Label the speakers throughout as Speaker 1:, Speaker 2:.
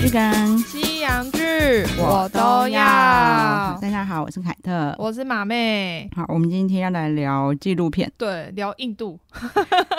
Speaker 1: 剧跟
Speaker 2: 西洋剧
Speaker 1: 好大家好，我是凯特。
Speaker 2: 我是马妹，。
Speaker 1: 好，我们今天要来聊纪录片
Speaker 2: 对，聊印度，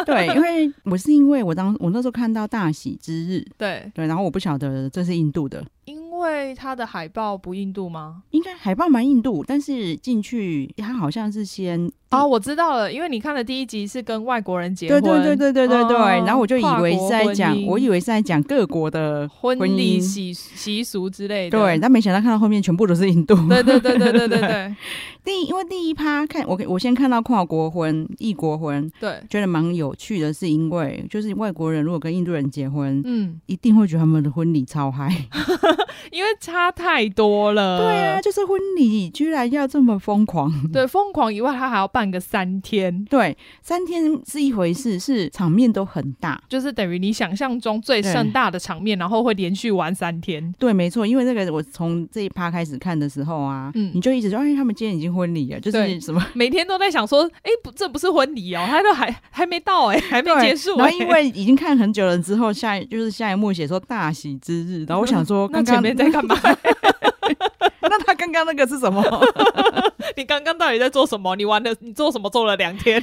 Speaker 1: 对，因为我是因为我当我那时候看到《大喜之日》，
Speaker 2: 对，
Speaker 1: 对，然后我不晓得这是印度的，
Speaker 2: 因为它的海报不印度吗？
Speaker 1: 应该海报蛮印度，但是进去它好像是先
Speaker 2: 哦，，我知道了，因为你看的第一集是跟外国人结
Speaker 1: 对
Speaker 2: 婚，
Speaker 1: 对对对对对对，
Speaker 2: 哦
Speaker 1: 然后我就以为是在
Speaker 2: 跨国
Speaker 1: 讲
Speaker 2: 婚，姻
Speaker 1: 我以为是在讲各国的
Speaker 2: 婚
Speaker 1: 婚
Speaker 2: 礼
Speaker 1: 姻
Speaker 2: 习习俗之类的，
Speaker 1: 对，但没想到看到后面全部都是印度。
Speaker 2: 对对对对对对对
Speaker 1: 第一因为第一趴看我我先看到跨国婚、异国婚，
Speaker 2: 对，
Speaker 1: 觉得蛮有趣的，是因为就是外国人如果跟印度人结婚，
Speaker 2: 嗯，
Speaker 1: 一定会觉得他们的婚礼超嗨。
Speaker 2: 因为差太多了，
Speaker 1: 对啊，就是婚礼居然要这么疯狂。
Speaker 2: 对，疯狂以外，他还要办个三天，
Speaker 1: 对，三天是一回事，是场面都很大。
Speaker 2: 就是等于你想象中最
Speaker 1: 对
Speaker 2: 盛大的场面，然后会连续玩三天。
Speaker 1: 对，没错，因为这个我从这一趴开始看的时候啊，
Speaker 2: 嗯
Speaker 1: 你就一直说，哎，他们今天已经婚礼了，就
Speaker 2: 对
Speaker 1: 是什么
Speaker 2: 每天都在想说，哎、不，这不是婚礼哦，他都还还没到哎、还没
Speaker 1: 对
Speaker 2: 结束、
Speaker 1: 然
Speaker 2: 哎
Speaker 1: 后因为已经看很久了之后，下一就是下一幕写说大喜之日，然后我想说，
Speaker 2: 那
Speaker 1: 刚
Speaker 2: 前
Speaker 1: 刚
Speaker 2: 面在干嘛？
Speaker 1: 那他刚刚那个是什么？
Speaker 2: 你刚刚到底在做什么？你玩的你做什么做了两 天？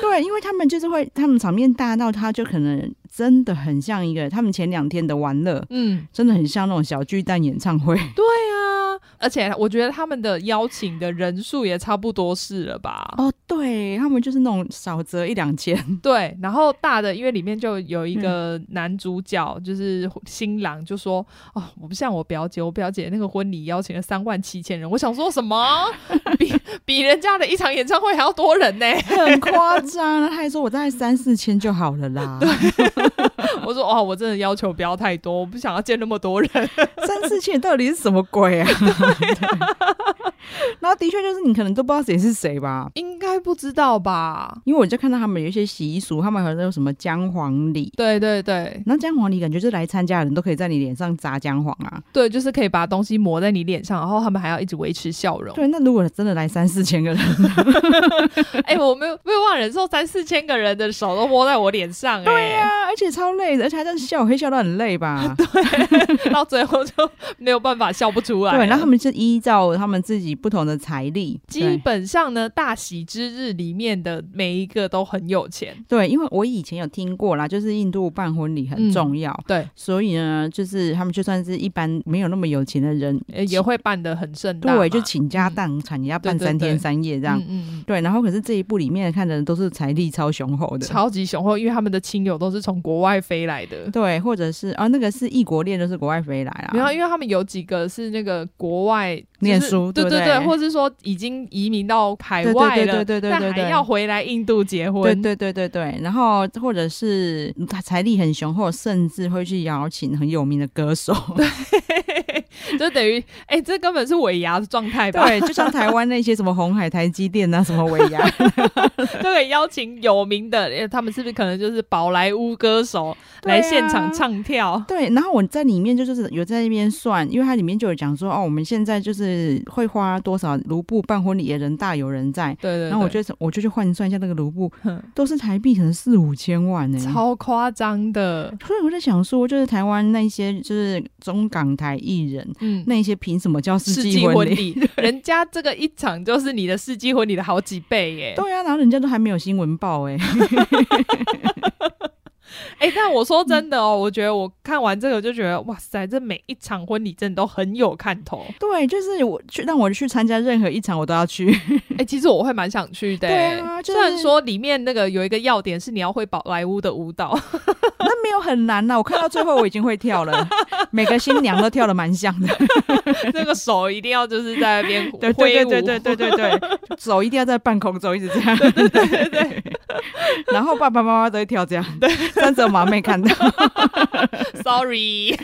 Speaker 1: 对，因为他们就是会，他们场面大到他就可能真的很像一个，他们前两天的玩乐
Speaker 2: 嗯，
Speaker 1: 真的很像那种小巨蛋演唱会。
Speaker 2: 对啊，而且我觉得他们的邀请的人数也差不多是了吧？
Speaker 1: 哦， 对他们就是那种少则一两千，
Speaker 2: 对，然后大的，因为里面就有一个
Speaker 1: 嗯
Speaker 2: 男主角，就是新郎，就说：“哦，我不像我表姐，我表姐那个婚礼邀请了三万七千人。”我想说什么？比 比人家的一场演唱会还要多人呢、
Speaker 1: 很夸张。他还说我大概三四千就好了 啦，
Speaker 2: 我说：“哦，我真的要求不要太多，我不想要见那么多人。
Speaker 1: 三四千到底是什么鬼啊？ 然后的确就是你可能都不知道谁是谁吧”。
Speaker 2: 应该不知道吧？
Speaker 1: 因为我就看到他们有一些习俗，他们好像有什么姜黄礼，
Speaker 2: 对对对
Speaker 1: 然后姜黄礼感觉就是来参加的人都可以在你脸上砸姜黄啊。
Speaker 2: 对，就是可以把东西抹在你脸上，然后他们还要一直维持笑容。
Speaker 1: 对，那如果真的来三四千个人，
Speaker 2: 哎、我没有没有办法忍受三四千个人的手都摸在我脸上、哎，
Speaker 1: 对呀、而且超累的，而且他这样笑会笑到很累吧？对，
Speaker 2: 到最后就 没有办法笑不出来了。
Speaker 1: 然后他们是依照他们自己不同的财力，
Speaker 2: 基
Speaker 1: 对
Speaker 2: 本上呢，《大喜之日》里面的每一个都很有钱。
Speaker 1: 对，因为我以前有听过啦，就是印度办婚礼很重要。
Speaker 2: 对，
Speaker 1: 所以呢，就是他们就算是一般没有那么有钱的人，
Speaker 2: 呃也会办得很盛大嘛。
Speaker 1: 对，就倾家荡产，也要办
Speaker 2: 对对
Speaker 1: 三
Speaker 2: 对
Speaker 1: 天三夜这样。
Speaker 2: 嗯嗯
Speaker 1: 对，然后可是这一部里面看的人都是财力超雄厚
Speaker 2: 嗯，
Speaker 1: 的，
Speaker 2: 超级雄厚，因为他们的亲友都是从国外飞来的。
Speaker 1: 对，或者是啊，那个是异国恋，就是国外飞来啊啦。
Speaker 2: 然后，因为他们有几个是那个国外、
Speaker 1: 念
Speaker 2: 就是
Speaker 1: 书
Speaker 2: 对
Speaker 1: 对不
Speaker 2: 对，
Speaker 1: 对
Speaker 2: 或是说已经移民到海外
Speaker 1: 对对
Speaker 2: 了，
Speaker 1: 对对对对
Speaker 2: 但
Speaker 1: 对
Speaker 2: 还要回来印度结婚。
Speaker 1: 对对对对对，然后或者是他财力很雄厚，甚至会去邀请很有名的歌手。
Speaker 2: 就等于哎、这根本是尾牙的状 态吧？
Speaker 1: 对，就像台湾那些什么红海、台积电啊，什么尾牙，
Speaker 2: 就可以邀请有名的，呃他们是不是可能就是宝莱坞歌手
Speaker 1: 对啊
Speaker 2: 来现场唱跳？
Speaker 1: 对，然后我在里面就是有在那边算，因为它里面就有讲说，哦，我们现在就是会花多少卢布办婚礼的人大有人在。
Speaker 2: 对对对，
Speaker 1: 然后我就我就去换算一下那个卢布
Speaker 2: 哼，
Speaker 1: 都是台币，可能四五千万呢、
Speaker 2: 嗯超夸张的，
Speaker 1: 所以我在想说，就是台湾那些就是中港台艺人，
Speaker 2: 嗯。
Speaker 1: 那些凭什么叫世
Speaker 2: 世
Speaker 1: 纪
Speaker 2: 纪
Speaker 1: 婚
Speaker 2: 婚
Speaker 1: 礼？
Speaker 2: 礼， 人家这个一场就是你的世纪婚礼的好几倍耶！
Speaker 1: 对啊，然后人家都还没有新闻报哎、
Speaker 2: 哎、但我说真的哦，我觉得我看完这个就觉得，哇塞，这每一场婚礼真的都很有看头。
Speaker 1: 对，就是我去让我去参加任何一场，我都要去。
Speaker 2: 哎、其实我会蛮想去的耶。欸
Speaker 1: 对啊就是
Speaker 2: 虽然说里面那个有一个要点是你要会宝莱坞的舞 蹈，
Speaker 1: 那没有很难啊呐，我看到最后我已经会跳 了，每个新娘都跳的蛮像 的。
Speaker 2: 那个手一定要就是在那 边
Speaker 1: 对
Speaker 2: 挥
Speaker 1: 对
Speaker 2: 舞，
Speaker 1: 对对对对对对，手一定要在半空中一直这样。 对对对对 然后爸爸妈妈都会跳这样， 对，但只有马妹看到，
Speaker 2: Sorry，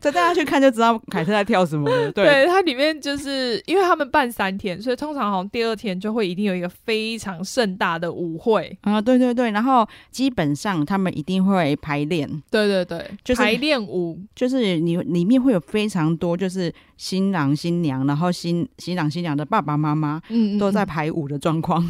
Speaker 1: 所以大家去看就知道凯特在跳什么了。对。
Speaker 2: 对它里面就是因为他们办三天，所以通常好像第二天就会一定有一个非常盛大的舞会。
Speaker 1: 啊、对对对，然后基本上他们一定会排练，
Speaker 2: 对对对，
Speaker 1: 就是
Speaker 2: 排练舞。
Speaker 1: 就是你里面会有非常多，就是新郎新娘，然后新新郎新娘的爸爸妈妈
Speaker 2: 嗯，嗯
Speaker 1: 都在
Speaker 2: 嗯
Speaker 1: 排舞的状况。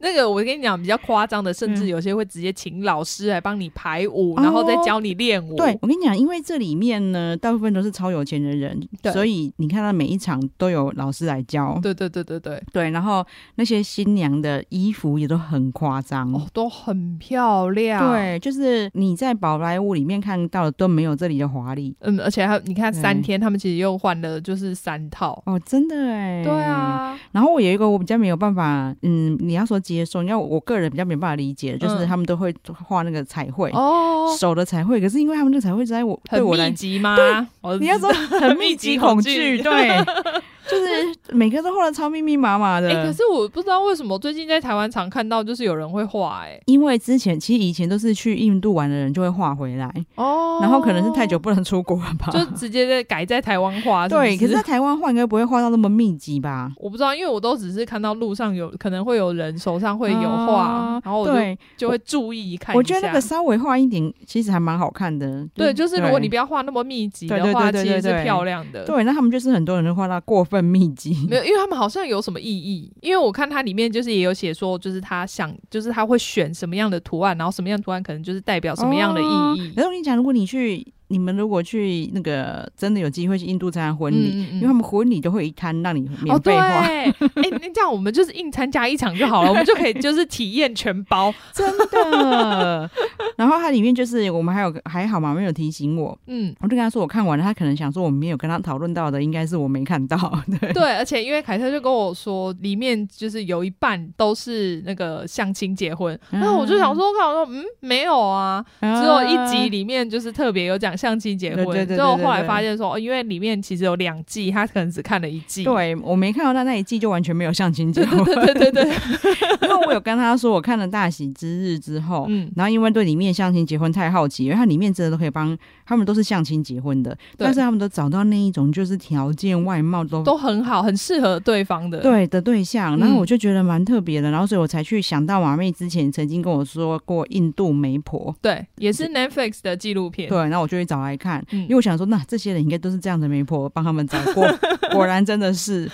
Speaker 2: 那个我跟你讲比较夸张的，甚至
Speaker 1: 嗯
Speaker 2: 有些会直接请老师来帮你排舞，
Speaker 1: 哦
Speaker 2: 然后再教你练 舞。
Speaker 1: 对，我跟你讲，因为这里面呢，大部分都是超有钱的人
Speaker 2: 对，
Speaker 1: 所以你看到每一场都有老师来教。
Speaker 2: 对对对对对，
Speaker 1: 对，然后那些新娘的衣服也都很夸张。
Speaker 2: 哦，都很漂亮。。
Speaker 1: 对，就是你在宝莱坞里面看到的都没有这里的华丽
Speaker 2: 嗯，而且还有你看
Speaker 1: 对
Speaker 2: 三天，他们其实又换了就是三套。
Speaker 1: 哦，真的哎。
Speaker 2: 对。啊，
Speaker 1: 然后我有一个我比较没有办法，嗯，你要说接受，你要我个人比较没办法理解，就是
Speaker 2: 嗯
Speaker 1: 他们都会画那个彩绘，
Speaker 2: 哦，
Speaker 1: 手的彩绘，可是因为他们那个彩绘实在我对
Speaker 2: 很
Speaker 1: 我
Speaker 2: 密
Speaker 1: 来，
Speaker 2: 集吗？我
Speaker 1: 你要 说很密
Speaker 2: 密集
Speaker 1: 集
Speaker 2: 恐
Speaker 1: 恐
Speaker 2: 惧
Speaker 1: 惧，对， 就是每个都画的超密密麻麻的。
Speaker 2: 哎、可是我不知道为什么最近在台湾常看到就是有人会画哎、
Speaker 1: 因为之前其实以前都是去印度玩的人就会画回来，
Speaker 2: 哦
Speaker 1: 然后可能是太久不能出国了 吧。
Speaker 2: 就直接在改在台湾画，是不
Speaker 1: 对，可是在台湾画应该不会画到那么密集吧？
Speaker 2: 我不知道，因为我都只是看到路上有可能会有人手上会有画，
Speaker 1: 啊
Speaker 2: 然后我就
Speaker 1: 对，
Speaker 2: 就会注意看一下。
Speaker 1: 我觉得那个稍微画一点，其实还蛮好看的。
Speaker 2: 对，就是如果你
Speaker 1: 对
Speaker 2: 不要画那么密集的
Speaker 1: 对对
Speaker 2: 话，
Speaker 1: 对对
Speaker 2: 其实
Speaker 1: 对
Speaker 2: 是
Speaker 1: 对
Speaker 2: 漂亮的。
Speaker 1: 对，那他们就是很多人都画到过分密集。
Speaker 2: 没有，因为他们好像有什么意义？因为我看它里面就是也有写说，就是他想，就是他会选什么样的图案，然后什么样的图案可能就是代表什么样的意义。
Speaker 1: 哦然后我跟你讲，如果你去，你们如果去那个真的有机会去印度参加婚礼，
Speaker 2: 嗯嗯嗯
Speaker 1: 因为他们婚礼都会有一摊让你
Speaker 2: 哦，
Speaker 1: 免
Speaker 2: 对，
Speaker 1: 费画，
Speaker 2: 哎、那这样我们就是硬参加一场就好了，我们就可以就是体验全包。
Speaker 1: 真的。 然后它里面就是我们还有还好嘛，没有提醒我，
Speaker 2: 嗯，
Speaker 1: 我就跟他说我看完了，他可能想说我没有跟他讨论到的，应该是我没看到。对，
Speaker 2: 对，而且因为凯特就跟我说，里面就是有一半都是那个相亲结婚，
Speaker 1: 嗯
Speaker 2: 然后我就想说，我想说，嗯，没有啊， 只
Speaker 1: 只
Speaker 2: 有一集里面就是特别有讲相亲结婚，
Speaker 1: 对对对对
Speaker 2: 所以我后来
Speaker 1: 对
Speaker 2: 发现说，哦，因为里面其实有两季，他可能只看了一季，
Speaker 1: 啊对我没看到他那一季就完全没有相亲 节目，
Speaker 2: 对对对，
Speaker 1: 因为我有跟他说我看了《大喜之日》之后。
Speaker 2: 嗯，
Speaker 1: 然后因为对里面相亲结婚太好奇，因为它里面真的都可以帮他们都是相亲结婚的，
Speaker 2: 对
Speaker 1: 但是他们都找到那一种就是条件外貌都
Speaker 2: 都很好，很适合对方的，
Speaker 1: 对的对象，
Speaker 2: 嗯
Speaker 1: 然后我就觉得蛮特别的，然后所以我才去想到马妹之前曾经跟我说过印度媒婆，
Speaker 2: 对，也是 Netflix 的纪录片，
Speaker 1: 对，然后我就去找来看，
Speaker 2: 嗯
Speaker 1: 因为我想说那这些人应该都是这样的媒婆帮他们找 过，果然真的是，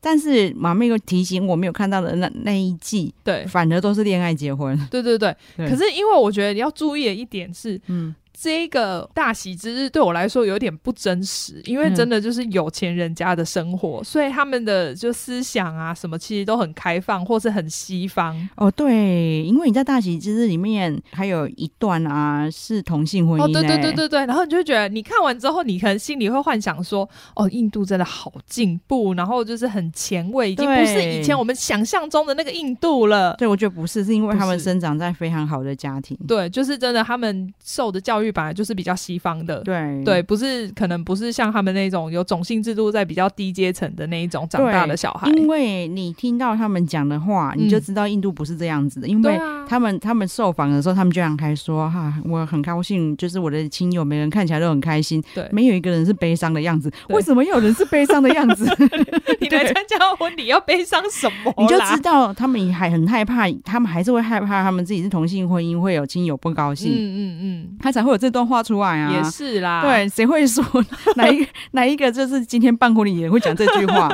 Speaker 1: 但是马妹又提醒我没有看到的那那一季，
Speaker 2: 对
Speaker 1: 反而都是恋爱结婚，
Speaker 2: 对对对。
Speaker 1: 对
Speaker 2: 可是因为我觉得你要注意的一点是，
Speaker 1: 嗯，
Speaker 2: 这个大喜之日对我来说有点不真实，因为
Speaker 1: 嗯
Speaker 2: 真的就是有钱人家的生活，所以他们的就思想啊什么其实都很开放或是很西方。
Speaker 1: 哦对，因为你在大喜之日里面还有一段啊是同性婚姻、
Speaker 2: 哦，对对
Speaker 1: 欸
Speaker 2: 对对对，然后你就会觉得你看完之后，你可能心里会幻想说，哦，印度真的好进步，然后就是很前卫，已经
Speaker 1: 对
Speaker 2: 不是以前我们想象中的那个印度了。
Speaker 1: 对，我觉得不是，是因为他
Speaker 2: 不
Speaker 1: 们
Speaker 2: 是
Speaker 1: 生长在非常好的家庭，
Speaker 2: 对，就是真的，他们受的教育本来就是比较西方的。
Speaker 1: 对
Speaker 2: 对，不是可能不是像他们那种有种姓制度在比较低阶层的那一种长大的小孩，
Speaker 1: 因为你听到他们讲的话，
Speaker 2: 嗯
Speaker 1: 你就知道印度不是这样子的，因
Speaker 2: 对
Speaker 1: 为。
Speaker 2: 啊，
Speaker 1: 他们他们受访的时候，他们居然还说哈、我很高兴，就是我的亲友每个人看起来都很开心，
Speaker 2: 对
Speaker 1: 没有一个人是悲伤的样子。
Speaker 2: 对
Speaker 1: 为什么又有人是悲伤的样 子？
Speaker 2: 你来参加婚礼要悲伤什么啦？
Speaker 1: 你就知道他们还很害怕，他们还是会害怕，他们自己是同性婚姻会有亲友不高
Speaker 2: 嗯
Speaker 1: 兴，
Speaker 2: 嗯
Speaker 1: 他才会有这段话出来
Speaker 2: 嗯，
Speaker 1: 啊。
Speaker 2: 也是啦，
Speaker 1: 对，谁会 说哪一个哪一个就是今天办婚礼也会讲这句 话？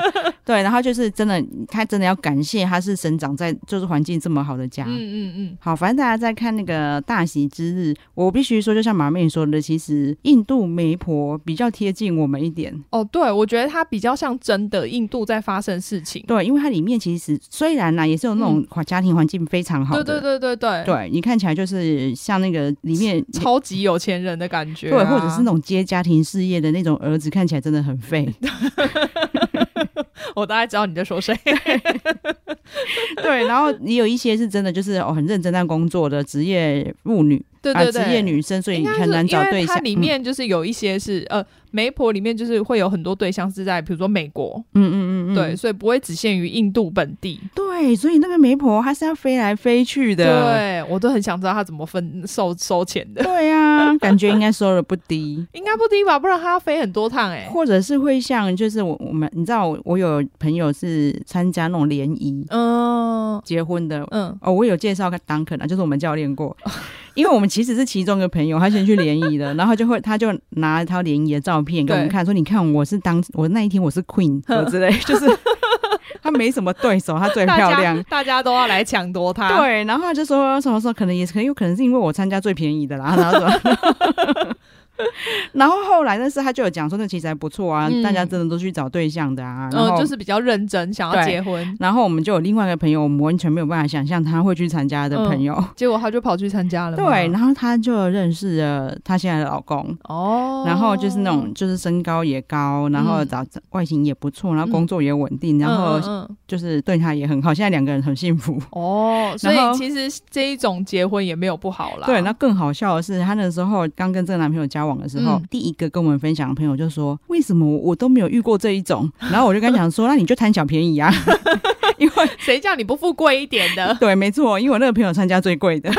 Speaker 1: 对，然后就是真的，他真的要感谢他是生长在就是环境这么好的家。
Speaker 2: 嗯，嗯嗯
Speaker 1: 好，反正大家在看那个大喜之日，我必须说，就像马妹说的，其实印度媒婆比较贴近我们一点
Speaker 2: 嗯，。哦，对，我觉得它比较像真的印度在发生事情，
Speaker 1: 对，因为它里面其实虽然呢、也是有那种环家庭环境非常好
Speaker 2: 嗯对
Speaker 1: 的，
Speaker 2: 对对对对，
Speaker 1: 对你看起来就是像那个里面。
Speaker 2: 超级有钱人的感觉啊、
Speaker 1: 对，或者是那种接家庭事业的那种儿子，看起来真的很废。
Speaker 2: 我大概知道你在 说谁，
Speaker 1: 啊 对，然后也有一些是真的，就是哦很认真在工作的职业妇女，
Speaker 2: 对对对，
Speaker 1: 啊，职业女生，所以
Speaker 2: 应
Speaker 1: 你
Speaker 2: 该
Speaker 1: 很
Speaker 2: 是
Speaker 1: 难找
Speaker 2: 因为
Speaker 1: 对象。嗯
Speaker 2: 它里面就是有一些是、呃，媒婆里面就是会有很多对象是在比如说美国，
Speaker 1: 嗯，嗯嗯嗯嗯，
Speaker 2: 对，所以不会只限于印度本地。
Speaker 1: 对，所以那个媒婆她是要飞来飞去的。
Speaker 2: 对，我都很想知道他怎么分收收钱的， 。
Speaker 1: 对啊，感觉应该收的不低
Speaker 2: 应该不低吧？不然他要飞很多趟 哎、
Speaker 1: 或者是会像，就是我我们，你知道我我有朋友是参加那种联谊
Speaker 2: 嗯
Speaker 1: 结婚的，
Speaker 2: 嗯，
Speaker 1: 哦，我有介绍当肯啊，就是我们教练过，因为我们其实是其中一个朋友，他先去联谊的，然后他就会他就拿他联谊的照片给我们看，说你看我是当我那一天我是 queen
Speaker 2: 哼
Speaker 1: 我之类，就是她没什么对手，她最
Speaker 2: 大
Speaker 1: 漂
Speaker 2: 家
Speaker 1: 亮。
Speaker 2: 大家都要来抢夺她。
Speaker 1: 对，然后她就说什么时候可能也是，很有可能是因为我参加最便宜的啦，然后说。 然后后来，但是她就有讲说，那其实还不错啊，
Speaker 2: 嗯
Speaker 1: 大家真的都去找对象的啊。然
Speaker 2: 嗯，
Speaker 1: 后、
Speaker 2: 就是比较认真，想要
Speaker 1: 对
Speaker 2: 结婚，
Speaker 1: 然后我们就有另外一个朋友，我们完全没有办法想象他会去参加的
Speaker 2: 嗯
Speaker 1: 朋友。
Speaker 2: 结果她就跑去参加了嘛。
Speaker 1: 对，然后他就认识了她现在的老公，
Speaker 2: 哦，
Speaker 1: 然后就是那种就是身高也高，然后
Speaker 2: 嗯
Speaker 1: 长外形也不错，然后工作也稳定，然
Speaker 2: 嗯
Speaker 1: 后
Speaker 2: 嗯嗯
Speaker 1: 就是对他也很好，现在两个人很幸福。
Speaker 2: 哦，所以
Speaker 1: 然后
Speaker 2: 其实这一种结婚也没有不好啦。
Speaker 1: 对，那更好笑的是，她那时候刚跟这个男朋友交往的时候，
Speaker 2: 嗯
Speaker 1: 第一个跟我们分享的朋友就说：“为什么我都没有遇过这一种？” 然后我就跟他讲说：“那你就贪小便宜啊， 因为
Speaker 2: 谁叫你不富贵一点的？
Speaker 1: 对，没错，因为我那个朋友参加最贵的，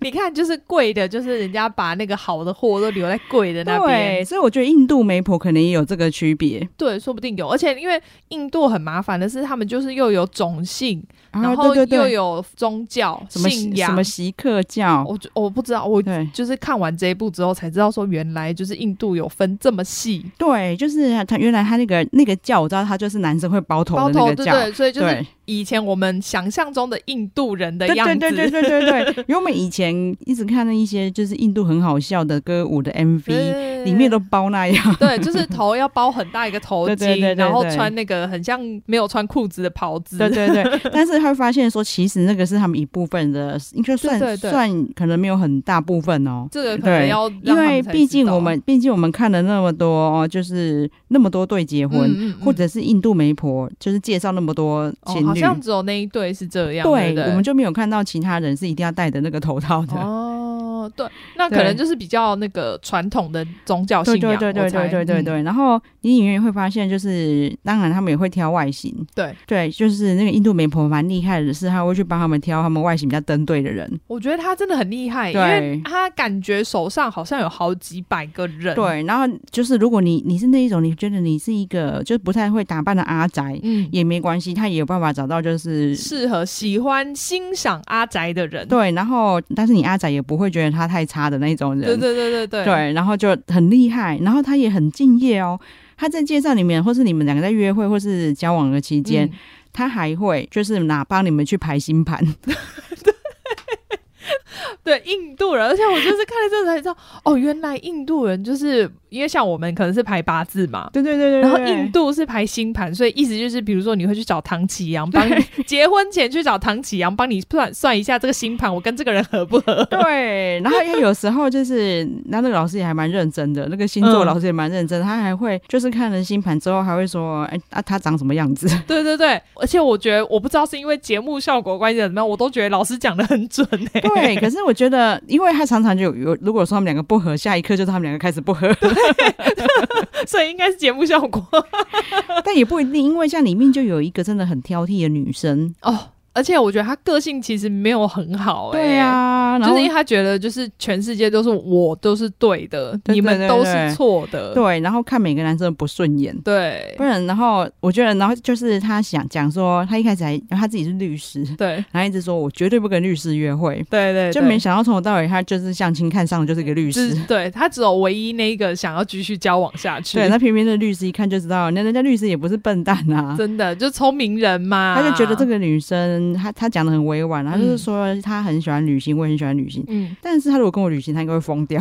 Speaker 2: 你看，就是贵的，就是人家把那个好的货都留在贵的那边
Speaker 1: 对，。所以我觉得印度媒婆可能也有这个区别。
Speaker 2: 对，说不定有。而且因为印度很麻烦的是，他们就是又有种姓，然
Speaker 1: 啊
Speaker 2: 后
Speaker 1: 对对
Speaker 2: 又
Speaker 1: 对
Speaker 2: 有宗教
Speaker 1: 什么
Speaker 2: 信
Speaker 1: 什
Speaker 2: 仰
Speaker 1: 么。锡克教，
Speaker 2: 我就我不知道，我
Speaker 1: 对
Speaker 2: 就是看完这一部之后才知道，说原来就是印度有分这么细，
Speaker 1: 对，就是他原来他那个那个教，我知道他就是男生会包头
Speaker 2: 包
Speaker 1: 的
Speaker 2: 头
Speaker 1: 那
Speaker 2: 对
Speaker 1: 个教。
Speaker 2: 对，所以就是
Speaker 1: 对
Speaker 2: 以前我们想象中的印度人的
Speaker 1: 对
Speaker 2: 样
Speaker 1: 对
Speaker 2: 子。
Speaker 1: 对 对对对 对，因为我们以前一直看那一些就是印度很好笑的歌舞的 MV，
Speaker 2: 对
Speaker 1: 里面都包那样。
Speaker 2: 对，就是头要包很大一个头巾，
Speaker 1: 对对对对
Speaker 2: 然后
Speaker 1: 对
Speaker 2: 穿那个很像没有穿裤子的袍子。
Speaker 1: 对对对，但是他会发现说，其实那个是他们一部分的，应该算
Speaker 2: 对对
Speaker 1: 算可能没有很大部分哦。
Speaker 2: 这个可能
Speaker 1: 对
Speaker 2: 要
Speaker 1: 因
Speaker 2: 让他
Speaker 1: 为
Speaker 2: 才
Speaker 1: 毕
Speaker 2: 知
Speaker 1: 竟
Speaker 2: 道啊
Speaker 1: 我们，毕竟我们看了那么多，哦就是那么多对结婚，
Speaker 2: 嗯嗯嗯
Speaker 1: 或者是印度媒婆，就是介绍那么多
Speaker 2: 哦，
Speaker 1: 情
Speaker 2: 好
Speaker 1: 侣，
Speaker 2: 像只有那一对是这样，对
Speaker 1: 对
Speaker 2: 不对，
Speaker 1: 我们就没有看到其他人是一定要戴的那个头套的。
Speaker 2: 哦，对，那可
Speaker 1: 对
Speaker 2: 能就是比较那个传统的宗教信
Speaker 1: 对
Speaker 2: 仰，
Speaker 1: 对对对
Speaker 2: 我猜
Speaker 1: 对对对，
Speaker 2: 嗯
Speaker 1: 对，然后你隐约会发现，就是当然他们也会挑外形，
Speaker 2: 对
Speaker 1: 对，就是那个印度媒婆蛮厉害的是，她会去帮他们挑他们外形比较登对的人。
Speaker 2: 我觉得他真的很厉害，因
Speaker 1: 对
Speaker 2: 为他感觉手上好像有好几百个人，，
Speaker 1: 对，然后就是如果你你是那一种，你觉得你是一个就是不太会打扮的阿宅，
Speaker 2: 嗯，
Speaker 1: 也没关系，他也有办法找到就是
Speaker 2: 适合喜欢欣赏阿宅的人，
Speaker 1: 对，然后但是你阿宅也不会觉得他太差的那种人。
Speaker 2: 对对对对对
Speaker 1: 对，然后就很厉害，然后他也很敬业哦。他在介绍里面，或是你们两个在约会或是交往的期间，
Speaker 2: 嗯
Speaker 1: 他还会就是哪帮你们去排星盘，
Speaker 2: 嗯对印度人，而 且我就是看了这个才知道，哦，原来印度人就是因为像我们可能是排八字嘛。
Speaker 1: 对对对对
Speaker 2: 然后印度是排星盘，所以意思就是，比如说你会去找唐启阳帮你 结婚前去找唐启阳帮你算算一下这个星盘，我跟这个人合不合？
Speaker 1: 对，然后因为有时候就是，那那个老师也还蛮认真的，那个星座老师也蛮认真的，他还会就是看了星盘之后还会说，哎啊他长什么样子？
Speaker 2: 对对对，而且我觉得我不知道是因为节目效果关系还是怎么样，我都觉得老师讲的很准哎、
Speaker 1: 对，可是我觉得，因为他常常就有有，如果说他们两个不合，下一刻就是他们两个开始不 合，
Speaker 2: 所以应该是节目效果
Speaker 1: 但也不一定，因为像里面就有一个真的很挑剔的女生，
Speaker 2: 哦。而且我觉得他个性其实没有很好哎、
Speaker 1: 对啊，然
Speaker 2: 就
Speaker 1: 后
Speaker 2: 是因为他觉得就是全世界都是我都是对的，
Speaker 1: 对
Speaker 2: 你们
Speaker 1: 对对
Speaker 2: 都
Speaker 1: 对
Speaker 2: 是错的。
Speaker 1: 对，然后看每个男生不顺眼。
Speaker 2: 对
Speaker 1: 不然，然后我觉得，然后就是他想讲说，他一开始还他自己是律师，
Speaker 2: 对
Speaker 1: 然后一直说我绝对不跟律师约会，
Speaker 2: 对对，
Speaker 1: 就
Speaker 2: 对
Speaker 1: 没想到从头到尾他就是相亲看上的就是一个律
Speaker 2: 只
Speaker 1: 师。
Speaker 2: 对他只有唯一那一个想要继续交往下 去。
Speaker 1: 对，那偏偏那律师一看就知道，那人家律师也不是笨蛋 啊。
Speaker 2: 真的就聪明人嘛，
Speaker 1: 他就觉得这，个女生，她她讲的很委婉，然啊后就是说她很喜欢旅行，我也很喜欢旅行。
Speaker 2: 嗯，
Speaker 1: 但是她如果跟我旅行，她应该会疯 掉，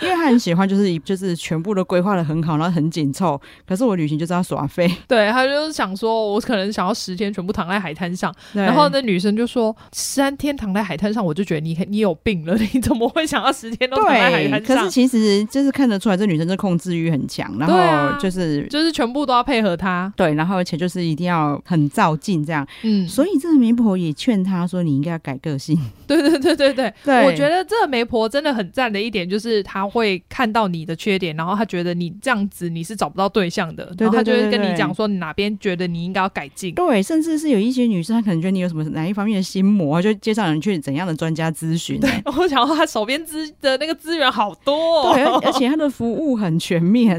Speaker 1: 因为她很喜欢，就是就是全部都规划的很好，然后很紧凑。可是我旅行就是要耍废，
Speaker 2: 对，他就是想说，我可能想要十天全部躺在海滩上，
Speaker 1: 对
Speaker 2: 然后？那女生就说三天躺在海滩上，我就觉得你你有病了，你怎么会想要十天都躺在海
Speaker 1: 对，
Speaker 2: 滩
Speaker 1: 可是
Speaker 2: 上？
Speaker 1: 其实就是看得出来，这女生这控制欲很强，然
Speaker 2: 对啊
Speaker 1: 后就是
Speaker 2: 就是全部都要配合他，
Speaker 1: 对，然后而且就是一定要很照进这样，
Speaker 2: 嗯，
Speaker 1: 所以这个媒婆也劝他说：“你应该要改个 性。
Speaker 2: 对对对对对，
Speaker 1: 对
Speaker 2: 我觉得这个媒婆真的很赞的一点就是，她会看到你的缺点，然后她觉得你这样子你是找不到对象的，
Speaker 1: 对
Speaker 2: 然后她就
Speaker 1: 对
Speaker 2: 会
Speaker 1: 对
Speaker 2: 跟
Speaker 1: 对
Speaker 2: 你讲说你哪边觉得你应该要改”进。
Speaker 1: 对，甚至是有一些女生，她可能觉得你有什么哪一方面的心魔，就介绍你去怎样的专家咨询。对，
Speaker 2: 我想到她手边资的那个资源好多、哦，
Speaker 1: 而而且她的服务很全 面。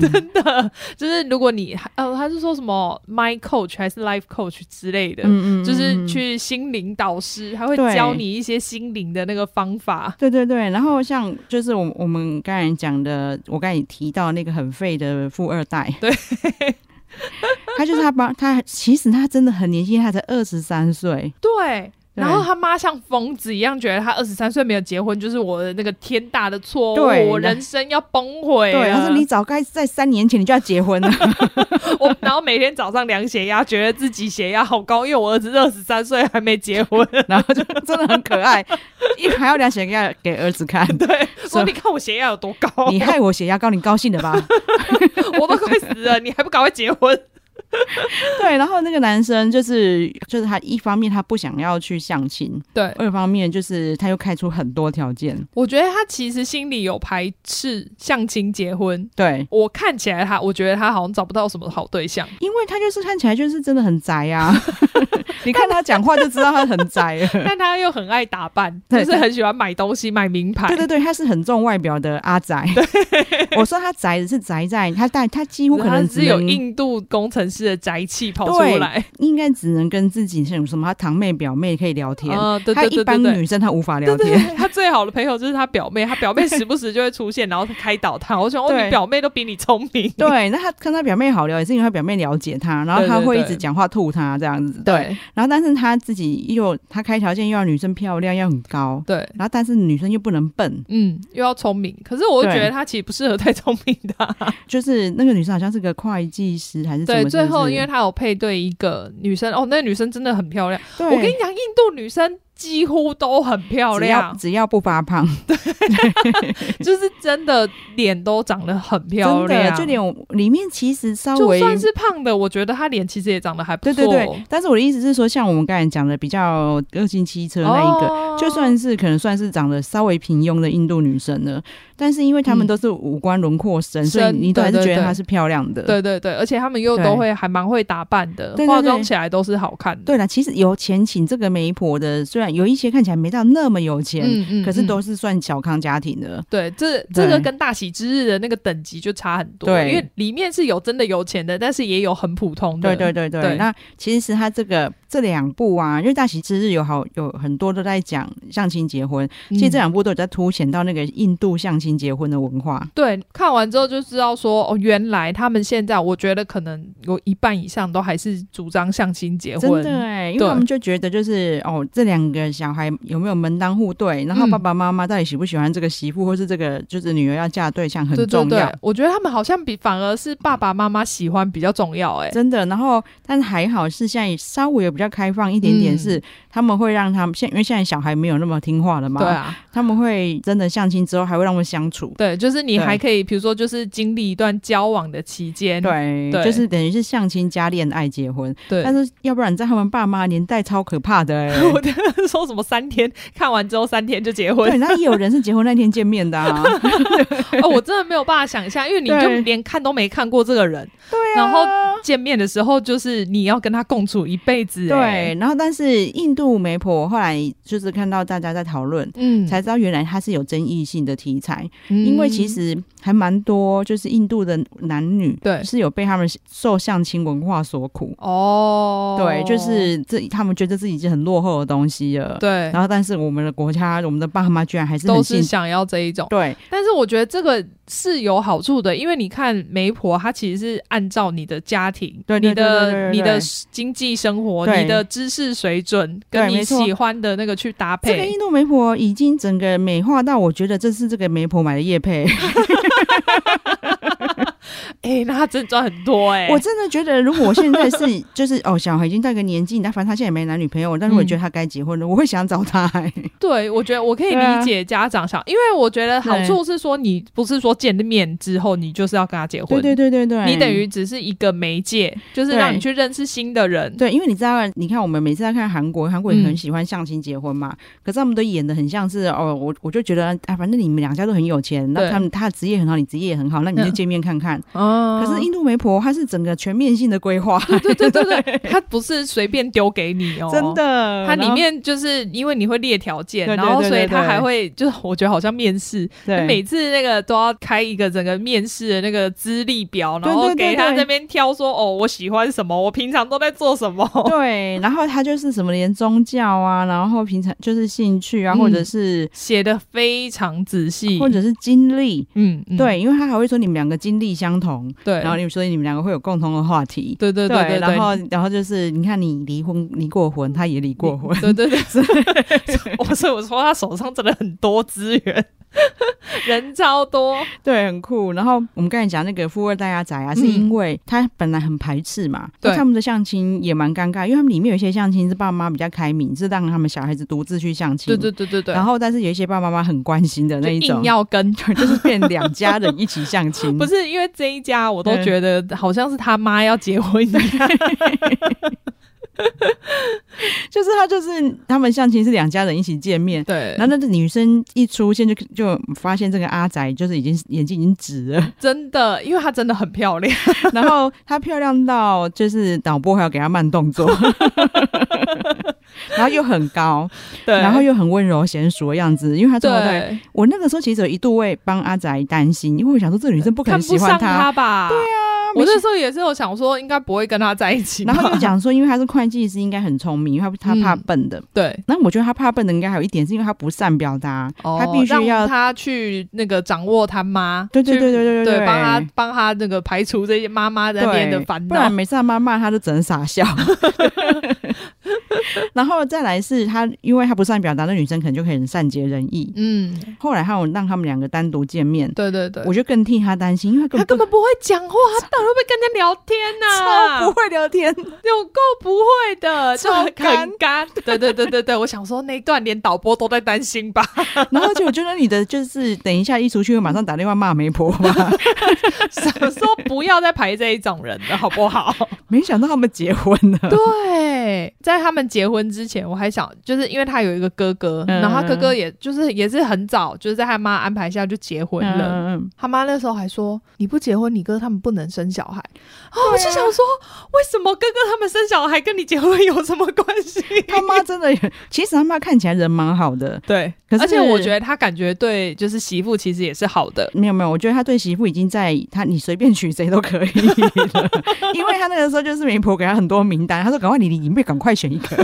Speaker 2: 就是如果你呃，她是说什么 my coach 还是 life coach 之类的，
Speaker 1: 嗯
Speaker 2: 就是。去心灵导师，他会
Speaker 1: 对
Speaker 2: 教你一些心灵的那个方法。
Speaker 1: 对对对，然后像就是我我们刚才讲的，我刚才也提到那个很废的富二代，对， 他就是他帮他，其实他真的很年轻，他才二十三岁。
Speaker 2: 对。然后
Speaker 1: 对
Speaker 2: 他妈像疯子一样，觉得他二十三岁没有结婚，就是我的那个天大的错
Speaker 1: 对
Speaker 2: 误，我人生要崩毁啊
Speaker 1: 对，
Speaker 2: 了。
Speaker 1: 他说你早该在三年前你就要结婚了。
Speaker 2: 我，然后每天早上量血压，觉得自己血压好高，因为我儿子二十三岁还没 结婚。
Speaker 1: 然后就真的很可爱，一还要量血压给儿子看。
Speaker 2: 对，
Speaker 1: So-
Speaker 2: 说你看我血压有多高，
Speaker 1: 啊
Speaker 2: 啊
Speaker 1: 你害我血压高，你高兴了吧？
Speaker 2: 我都快死了，你还不赶快结婚？
Speaker 1: 对，然后那个男生就是就是他一方面他不想要去相亲，
Speaker 2: 对，
Speaker 1: 二方面就是他又开出很多条件。
Speaker 2: 我觉得他其实心里有排斥相亲结婚。
Speaker 1: 对，
Speaker 2: 我看起来他，我觉得他好像找不到什么好对象。
Speaker 1: 因为他就是看起来就是真的很宅 啊，你看他讲话就知道他很宅了。
Speaker 2: 但他又很爱打扮，就
Speaker 1: 对
Speaker 2: 是很喜欢买东西、买名牌。
Speaker 1: 对对对，他是很重外表的阿宅。我说他宅是宅在他但他几乎可能
Speaker 2: 他
Speaker 1: 只
Speaker 2: 是有
Speaker 1: 能
Speaker 2: 印度工程师的宅气跑出
Speaker 1: 对
Speaker 2: 来。
Speaker 1: 应该只能跟自己像什么他堂妹表妹可以聊 天，
Speaker 2: 啊、对
Speaker 1: 他
Speaker 2: 对
Speaker 1: 一
Speaker 2: 对
Speaker 1: 般
Speaker 2: 对对。
Speaker 1: 女生他无法聊
Speaker 2: 对
Speaker 1: 天。
Speaker 2: 对对，他最好的朋友就是他表妹，他 表妹时不时就会出现，然后开导他。我想，哦，
Speaker 1: 对
Speaker 2: 你表妹都比你聪明。
Speaker 1: 对，那他跟他表妹好聊，也是因为他表妹了解他，然后
Speaker 2: 对
Speaker 1: 他
Speaker 2: 对
Speaker 1: 会一
Speaker 2: 对
Speaker 1: 直讲话吐他这样子。
Speaker 2: 对
Speaker 1: 然后但是他自己又他开条件又要女生漂亮，要很高，
Speaker 2: 对，
Speaker 1: 然后但是女生又不能笨，
Speaker 2: 嗯，又要聪明，可是我又
Speaker 1: 对
Speaker 2: 觉得他其实不适合太聪明的啊、
Speaker 1: 就是那个女生好像是个会计师还是什么
Speaker 2: 对，
Speaker 1: 是不是。
Speaker 2: 最后因为他有配对一个女生，哦，那个女生真的很漂亮。
Speaker 1: 对
Speaker 2: 我跟你讲，印度女生几乎都很漂
Speaker 1: 只要
Speaker 2: 亮，
Speaker 1: 只要不发 胖，
Speaker 2: 就是真的脸都长得很漂
Speaker 1: 真的
Speaker 2: 亮，
Speaker 1: 就连我里面其实稍
Speaker 2: 就
Speaker 1: 微
Speaker 2: 算是胖的，我觉得她脸其实也长得还不
Speaker 1: 对
Speaker 2: 错。
Speaker 1: 对对，但是我的意思是说，像我们刚才讲的比较个性汽车那一个，
Speaker 2: 哦
Speaker 1: 就算是可能算是长得稍微平庸的印度女生了，但是因为她们
Speaker 2: 嗯
Speaker 1: 都是五官轮廓深，所以
Speaker 2: 深
Speaker 1: 你都还是
Speaker 2: 对对
Speaker 1: 觉得
Speaker 2: 对
Speaker 1: 她是漂亮的。
Speaker 2: 哦对对对，而且他们又
Speaker 1: 对
Speaker 2: 都会还蛮会打扮的，
Speaker 1: 对对对
Speaker 2: 化妆起来都是好看的。
Speaker 1: 对了，其实有钱请这个媒婆的，虽然有一些看起来没到那么有钱，
Speaker 2: 嗯嗯
Speaker 1: 可是
Speaker 2: 嗯
Speaker 1: 都是算小康家庭的。
Speaker 2: 对，这这个
Speaker 1: 对
Speaker 2: 跟大喜之日的那个等级就差很多，
Speaker 1: 对
Speaker 2: 因为里面是有真的有钱的，但是也有很普通的，
Speaker 1: 对对对对，
Speaker 2: 对
Speaker 1: 那其实他这个这两部啊，因为《大喜之日》有好有很多都在讲相亲结婚，
Speaker 2: 嗯
Speaker 1: 其实这两部都有在凸显到那个印度相亲结婚的文化。
Speaker 2: 对，看完之后就知道说，哦，原来他们现在，我觉得可能有一半以上都还是主张相亲结
Speaker 1: 真
Speaker 2: 婚，
Speaker 1: 的哎，因为
Speaker 2: 对
Speaker 1: 他们就觉得就是哦，这两个小孩有没有门当户对，然后
Speaker 2: 嗯
Speaker 1: 爸爸妈妈到底喜不喜欢这个媳妇，或是这个就是女儿要嫁的对象很
Speaker 2: 对对
Speaker 1: 重要
Speaker 2: 对。，我觉得他们好像比反而是爸爸妈妈喜欢比较重要、欸，哎，
Speaker 1: 真的，然后但是还好是现在稍微有比较开放一点点
Speaker 2: 嗯
Speaker 1: 是，他们会让他们现因为现在小孩没有那么听话了嘛，
Speaker 2: 对啊，
Speaker 1: 他们会真的相亲之后还会让他们相处，
Speaker 2: 对，就是你
Speaker 1: 对
Speaker 2: 还可以，比如说，就是经历一段交往的期间，
Speaker 1: 对，
Speaker 2: 对
Speaker 1: 就是等于是相亲加恋爱结婚，
Speaker 2: 对
Speaker 1: 但。是要不然在他们爸妈年代超可怕的、欸
Speaker 2: 我，的说什么三天看完之后三天就结婚
Speaker 1: 对，那也有人是结婚那天见面的啊，
Speaker 2: 哦，我真的没有办法想象，因为你就
Speaker 1: 对
Speaker 2: 连看都没看过这个人，
Speaker 1: 对啊，
Speaker 2: 然后见面的时候就是你要跟他共处一辈 子、
Speaker 1: 对
Speaker 2: 哎，，
Speaker 1: 然后但是印度媒婆后来就是看到大家在讨论，
Speaker 2: 嗯
Speaker 1: 才知道原来它是有争议性的题材，
Speaker 2: 嗯
Speaker 1: 因为其实还蛮多就是印度的男女
Speaker 2: 对
Speaker 1: 是有被他们受相亲文化所苦，
Speaker 2: 哦，
Speaker 1: 对，就是这他们觉得自己已经很落后的东西了，。
Speaker 2: 对，
Speaker 1: 然后但是我们的国家，我们的爸妈居然还是
Speaker 2: 都
Speaker 1: 很
Speaker 2: 是
Speaker 1: 信，
Speaker 2: 想要这一种，
Speaker 1: 对
Speaker 2: 但是我觉得这个是有好处的，因为你看媒婆，她其实是按照你的家庭、
Speaker 1: 对对
Speaker 2: 你
Speaker 1: 对对对对
Speaker 2: 的、你的经济生活、
Speaker 1: 对
Speaker 2: 你的知识水准，
Speaker 1: 对
Speaker 2: 跟你
Speaker 1: 没错
Speaker 2: 喜欢的那个去搭
Speaker 1: 这个
Speaker 2: 配。
Speaker 1: 印度媒婆已经整个美化到，我觉得这是这个媒婆买的叶配。
Speaker 2: 哎、那她真的赚很多哎、
Speaker 1: 我真的觉得，如果我现在 是就是哦，小孩已经到一个年纪，但反正他现在也没男女朋友，但是我觉得他该结婚了，我会想找他、哎
Speaker 2: 对我觉得我可以
Speaker 1: 对啊
Speaker 2: 理解家长想，因为我觉得好处是说，你不是说见面之后你就是要跟他结 婚，
Speaker 1: 对对对对对，
Speaker 2: 你等于只是一个媒介，就是让
Speaker 1: 对
Speaker 2: 你去认识新的人。
Speaker 1: 对，因为你知道，你看我们每次在看韩国，韩国也很
Speaker 2: 嗯
Speaker 1: 喜欢相亲结婚嘛，可是他们都演的很像是哦，我我就觉得啊，反正你们两家都很有钱，那
Speaker 2: 对
Speaker 1: 他们他的职业很好，你职业也很好，那你就
Speaker 2: 嗯
Speaker 1: 见面看看。
Speaker 2: 哦
Speaker 1: 可是印度媒婆，她是整个全面性的规划，
Speaker 2: 对对对 对，他不是随便丢给你哦，
Speaker 1: 真的，
Speaker 2: 它
Speaker 1: 嗯
Speaker 2: 里
Speaker 1: 然后
Speaker 2: 面就是因为你会列条件，
Speaker 1: 对对
Speaker 2: 然后
Speaker 1: 对
Speaker 2: 所以
Speaker 1: 对
Speaker 2: 它
Speaker 1: 对
Speaker 2: 还会就是我觉得好像面试，
Speaker 1: 对
Speaker 2: 每次那个都要开一个整个面试的那个资历表，
Speaker 1: 对
Speaker 2: 然后
Speaker 1: 对对
Speaker 2: 给他
Speaker 1: 对
Speaker 2: 这边挑说哦，我喜欢什么，我平常都在做什么。
Speaker 1: 对，然后他就是什么连宗教啊，然后平常就是兴趣啊，
Speaker 2: 嗯
Speaker 1: 或者是
Speaker 2: 写的非常仔细，
Speaker 1: 或者是经历，
Speaker 2: 嗯，嗯
Speaker 1: 对，因为他还会说你们两个经历相同，同，
Speaker 2: 对，
Speaker 1: 然后你所以你们两个会有共同的话题。
Speaker 2: 对对对对，
Speaker 1: 然后然后就是你看你离婚离过婚，他也离过婚，
Speaker 2: 对对对，我所以我说他手上真的很多资源， 人超多，
Speaker 1: 对，很酷。然后我们刚才讲那个富二代阿仔啊，是因为他本来很排斥嘛，
Speaker 2: 嗯对
Speaker 1: 那他们的相亲也蛮尴尬，因为他们里面有一些相亲是爸妈比较开明，是让他们小孩子独自去相亲，
Speaker 2: 对对对对对，
Speaker 1: 然
Speaker 2: 后
Speaker 1: 后但是有一些爸爸妈妈很关心的那一种
Speaker 2: 硬，要跟。
Speaker 1: 就是变两家人一起相亲，
Speaker 2: 不是因为这一家，我都觉得好像是他妈要结婚一样。
Speaker 1: 就是他就是他们相亲是两家人一起见面。
Speaker 2: 对，
Speaker 1: 然后那个女生一出现就就发现这个阿仔就是已经眼睛已经直 了，
Speaker 2: 真的，因为她真的很漂亮，
Speaker 1: 然后她漂亮到就是导播还要给她慢动 作，然后又很高，
Speaker 2: 对，
Speaker 1: 然后又很温柔娴熟的样子，因为她最后在
Speaker 2: 对，
Speaker 1: 我那个时候其实有一度为帮阿仔担心，因为我想说这个女生不可
Speaker 2: 看
Speaker 1: 能
Speaker 2: 不
Speaker 1: 喜欢
Speaker 2: 上
Speaker 1: 他，
Speaker 2: 她吧？对啊，
Speaker 1: 没
Speaker 2: 我那时候也是有想说，应该不会跟他在一起吧。
Speaker 1: 然后就讲说，因为她是会计师，应该很聪明，因为她
Speaker 2: 嗯
Speaker 1: 她怕笨的。
Speaker 2: 对，
Speaker 1: 那、我觉得她怕笨的应该还有一点是因为她不善表达，
Speaker 2: 哦
Speaker 1: 她必须
Speaker 2: 让
Speaker 1: 要
Speaker 2: 他去那个掌握他妈，
Speaker 1: 对对对对对对
Speaker 2: 去对
Speaker 1: 对
Speaker 2: 帮他帮他那个排除这些妈妈在那边的烦
Speaker 1: 不
Speaker 2: 恼
Speaker 1: 然。每次他妈骂他就只能傻 笑。然后再来是他，因为他不善表达，那女生可能就可以很善解人意。
Speaker 2: 嗯，
Speaker 1: 后来还有让他们两个单独见面，
Speaker 2: 对对对
Speaker 1: 我，就更替他担心，因为他
Speaker 2: 他
Speaker 1: 根本
Speaker 2: 根本不会讲话，他到底会不会跟人家聊天啊呐、
Speaker 1: 超不会聊天，
Speaker 2: 有够不会的，就
Speaker 1: 超
Speaker 2: 很
Speaker 1: 干
Speaker 2: 干。对对对对对，我想说那一段连导播都在担心吧，
Speaker 1: 然后而且我觉得你的就是等一下一出去会马上打电话骂媒婆 吧，
Speaker 2: 想说不要再排这一种人了，好不好？
Speaker 1: 没想到他们结婚了，
Speaker 2: 对，在他们结婚之前，我还想，就是因为他有一个哥哥，
Speaker 1: 嗯
Speaker 2: 然后他哥哥也就是也是很早，就是在他妈安排下就结婚
Speaker 1: 嗯
Speaker 2: 了。
Speaker 1: 嗯嗯
Speaker 2: 他妈那时候还说：“你不结婚，你哥他们不能生小孩。”啊，我就想说，为什么哥哥他们生小孩跟你结婚有什么关系？
Speaker 1: 他妈真的也，其实他妈看起来人蛮好的，
Speaker 2: 对，
Speaker 1: 可是
Speaker 2: 而且我觉得他感觉对，就是媳妇其实也是好的。
Speaker 1: 没有没有，我觉得他对媳妇已经在他你随便娶谁都可以了，因为他那个时候就是媒婆给他很多名单，他说赶快你你你妹赶快选一个，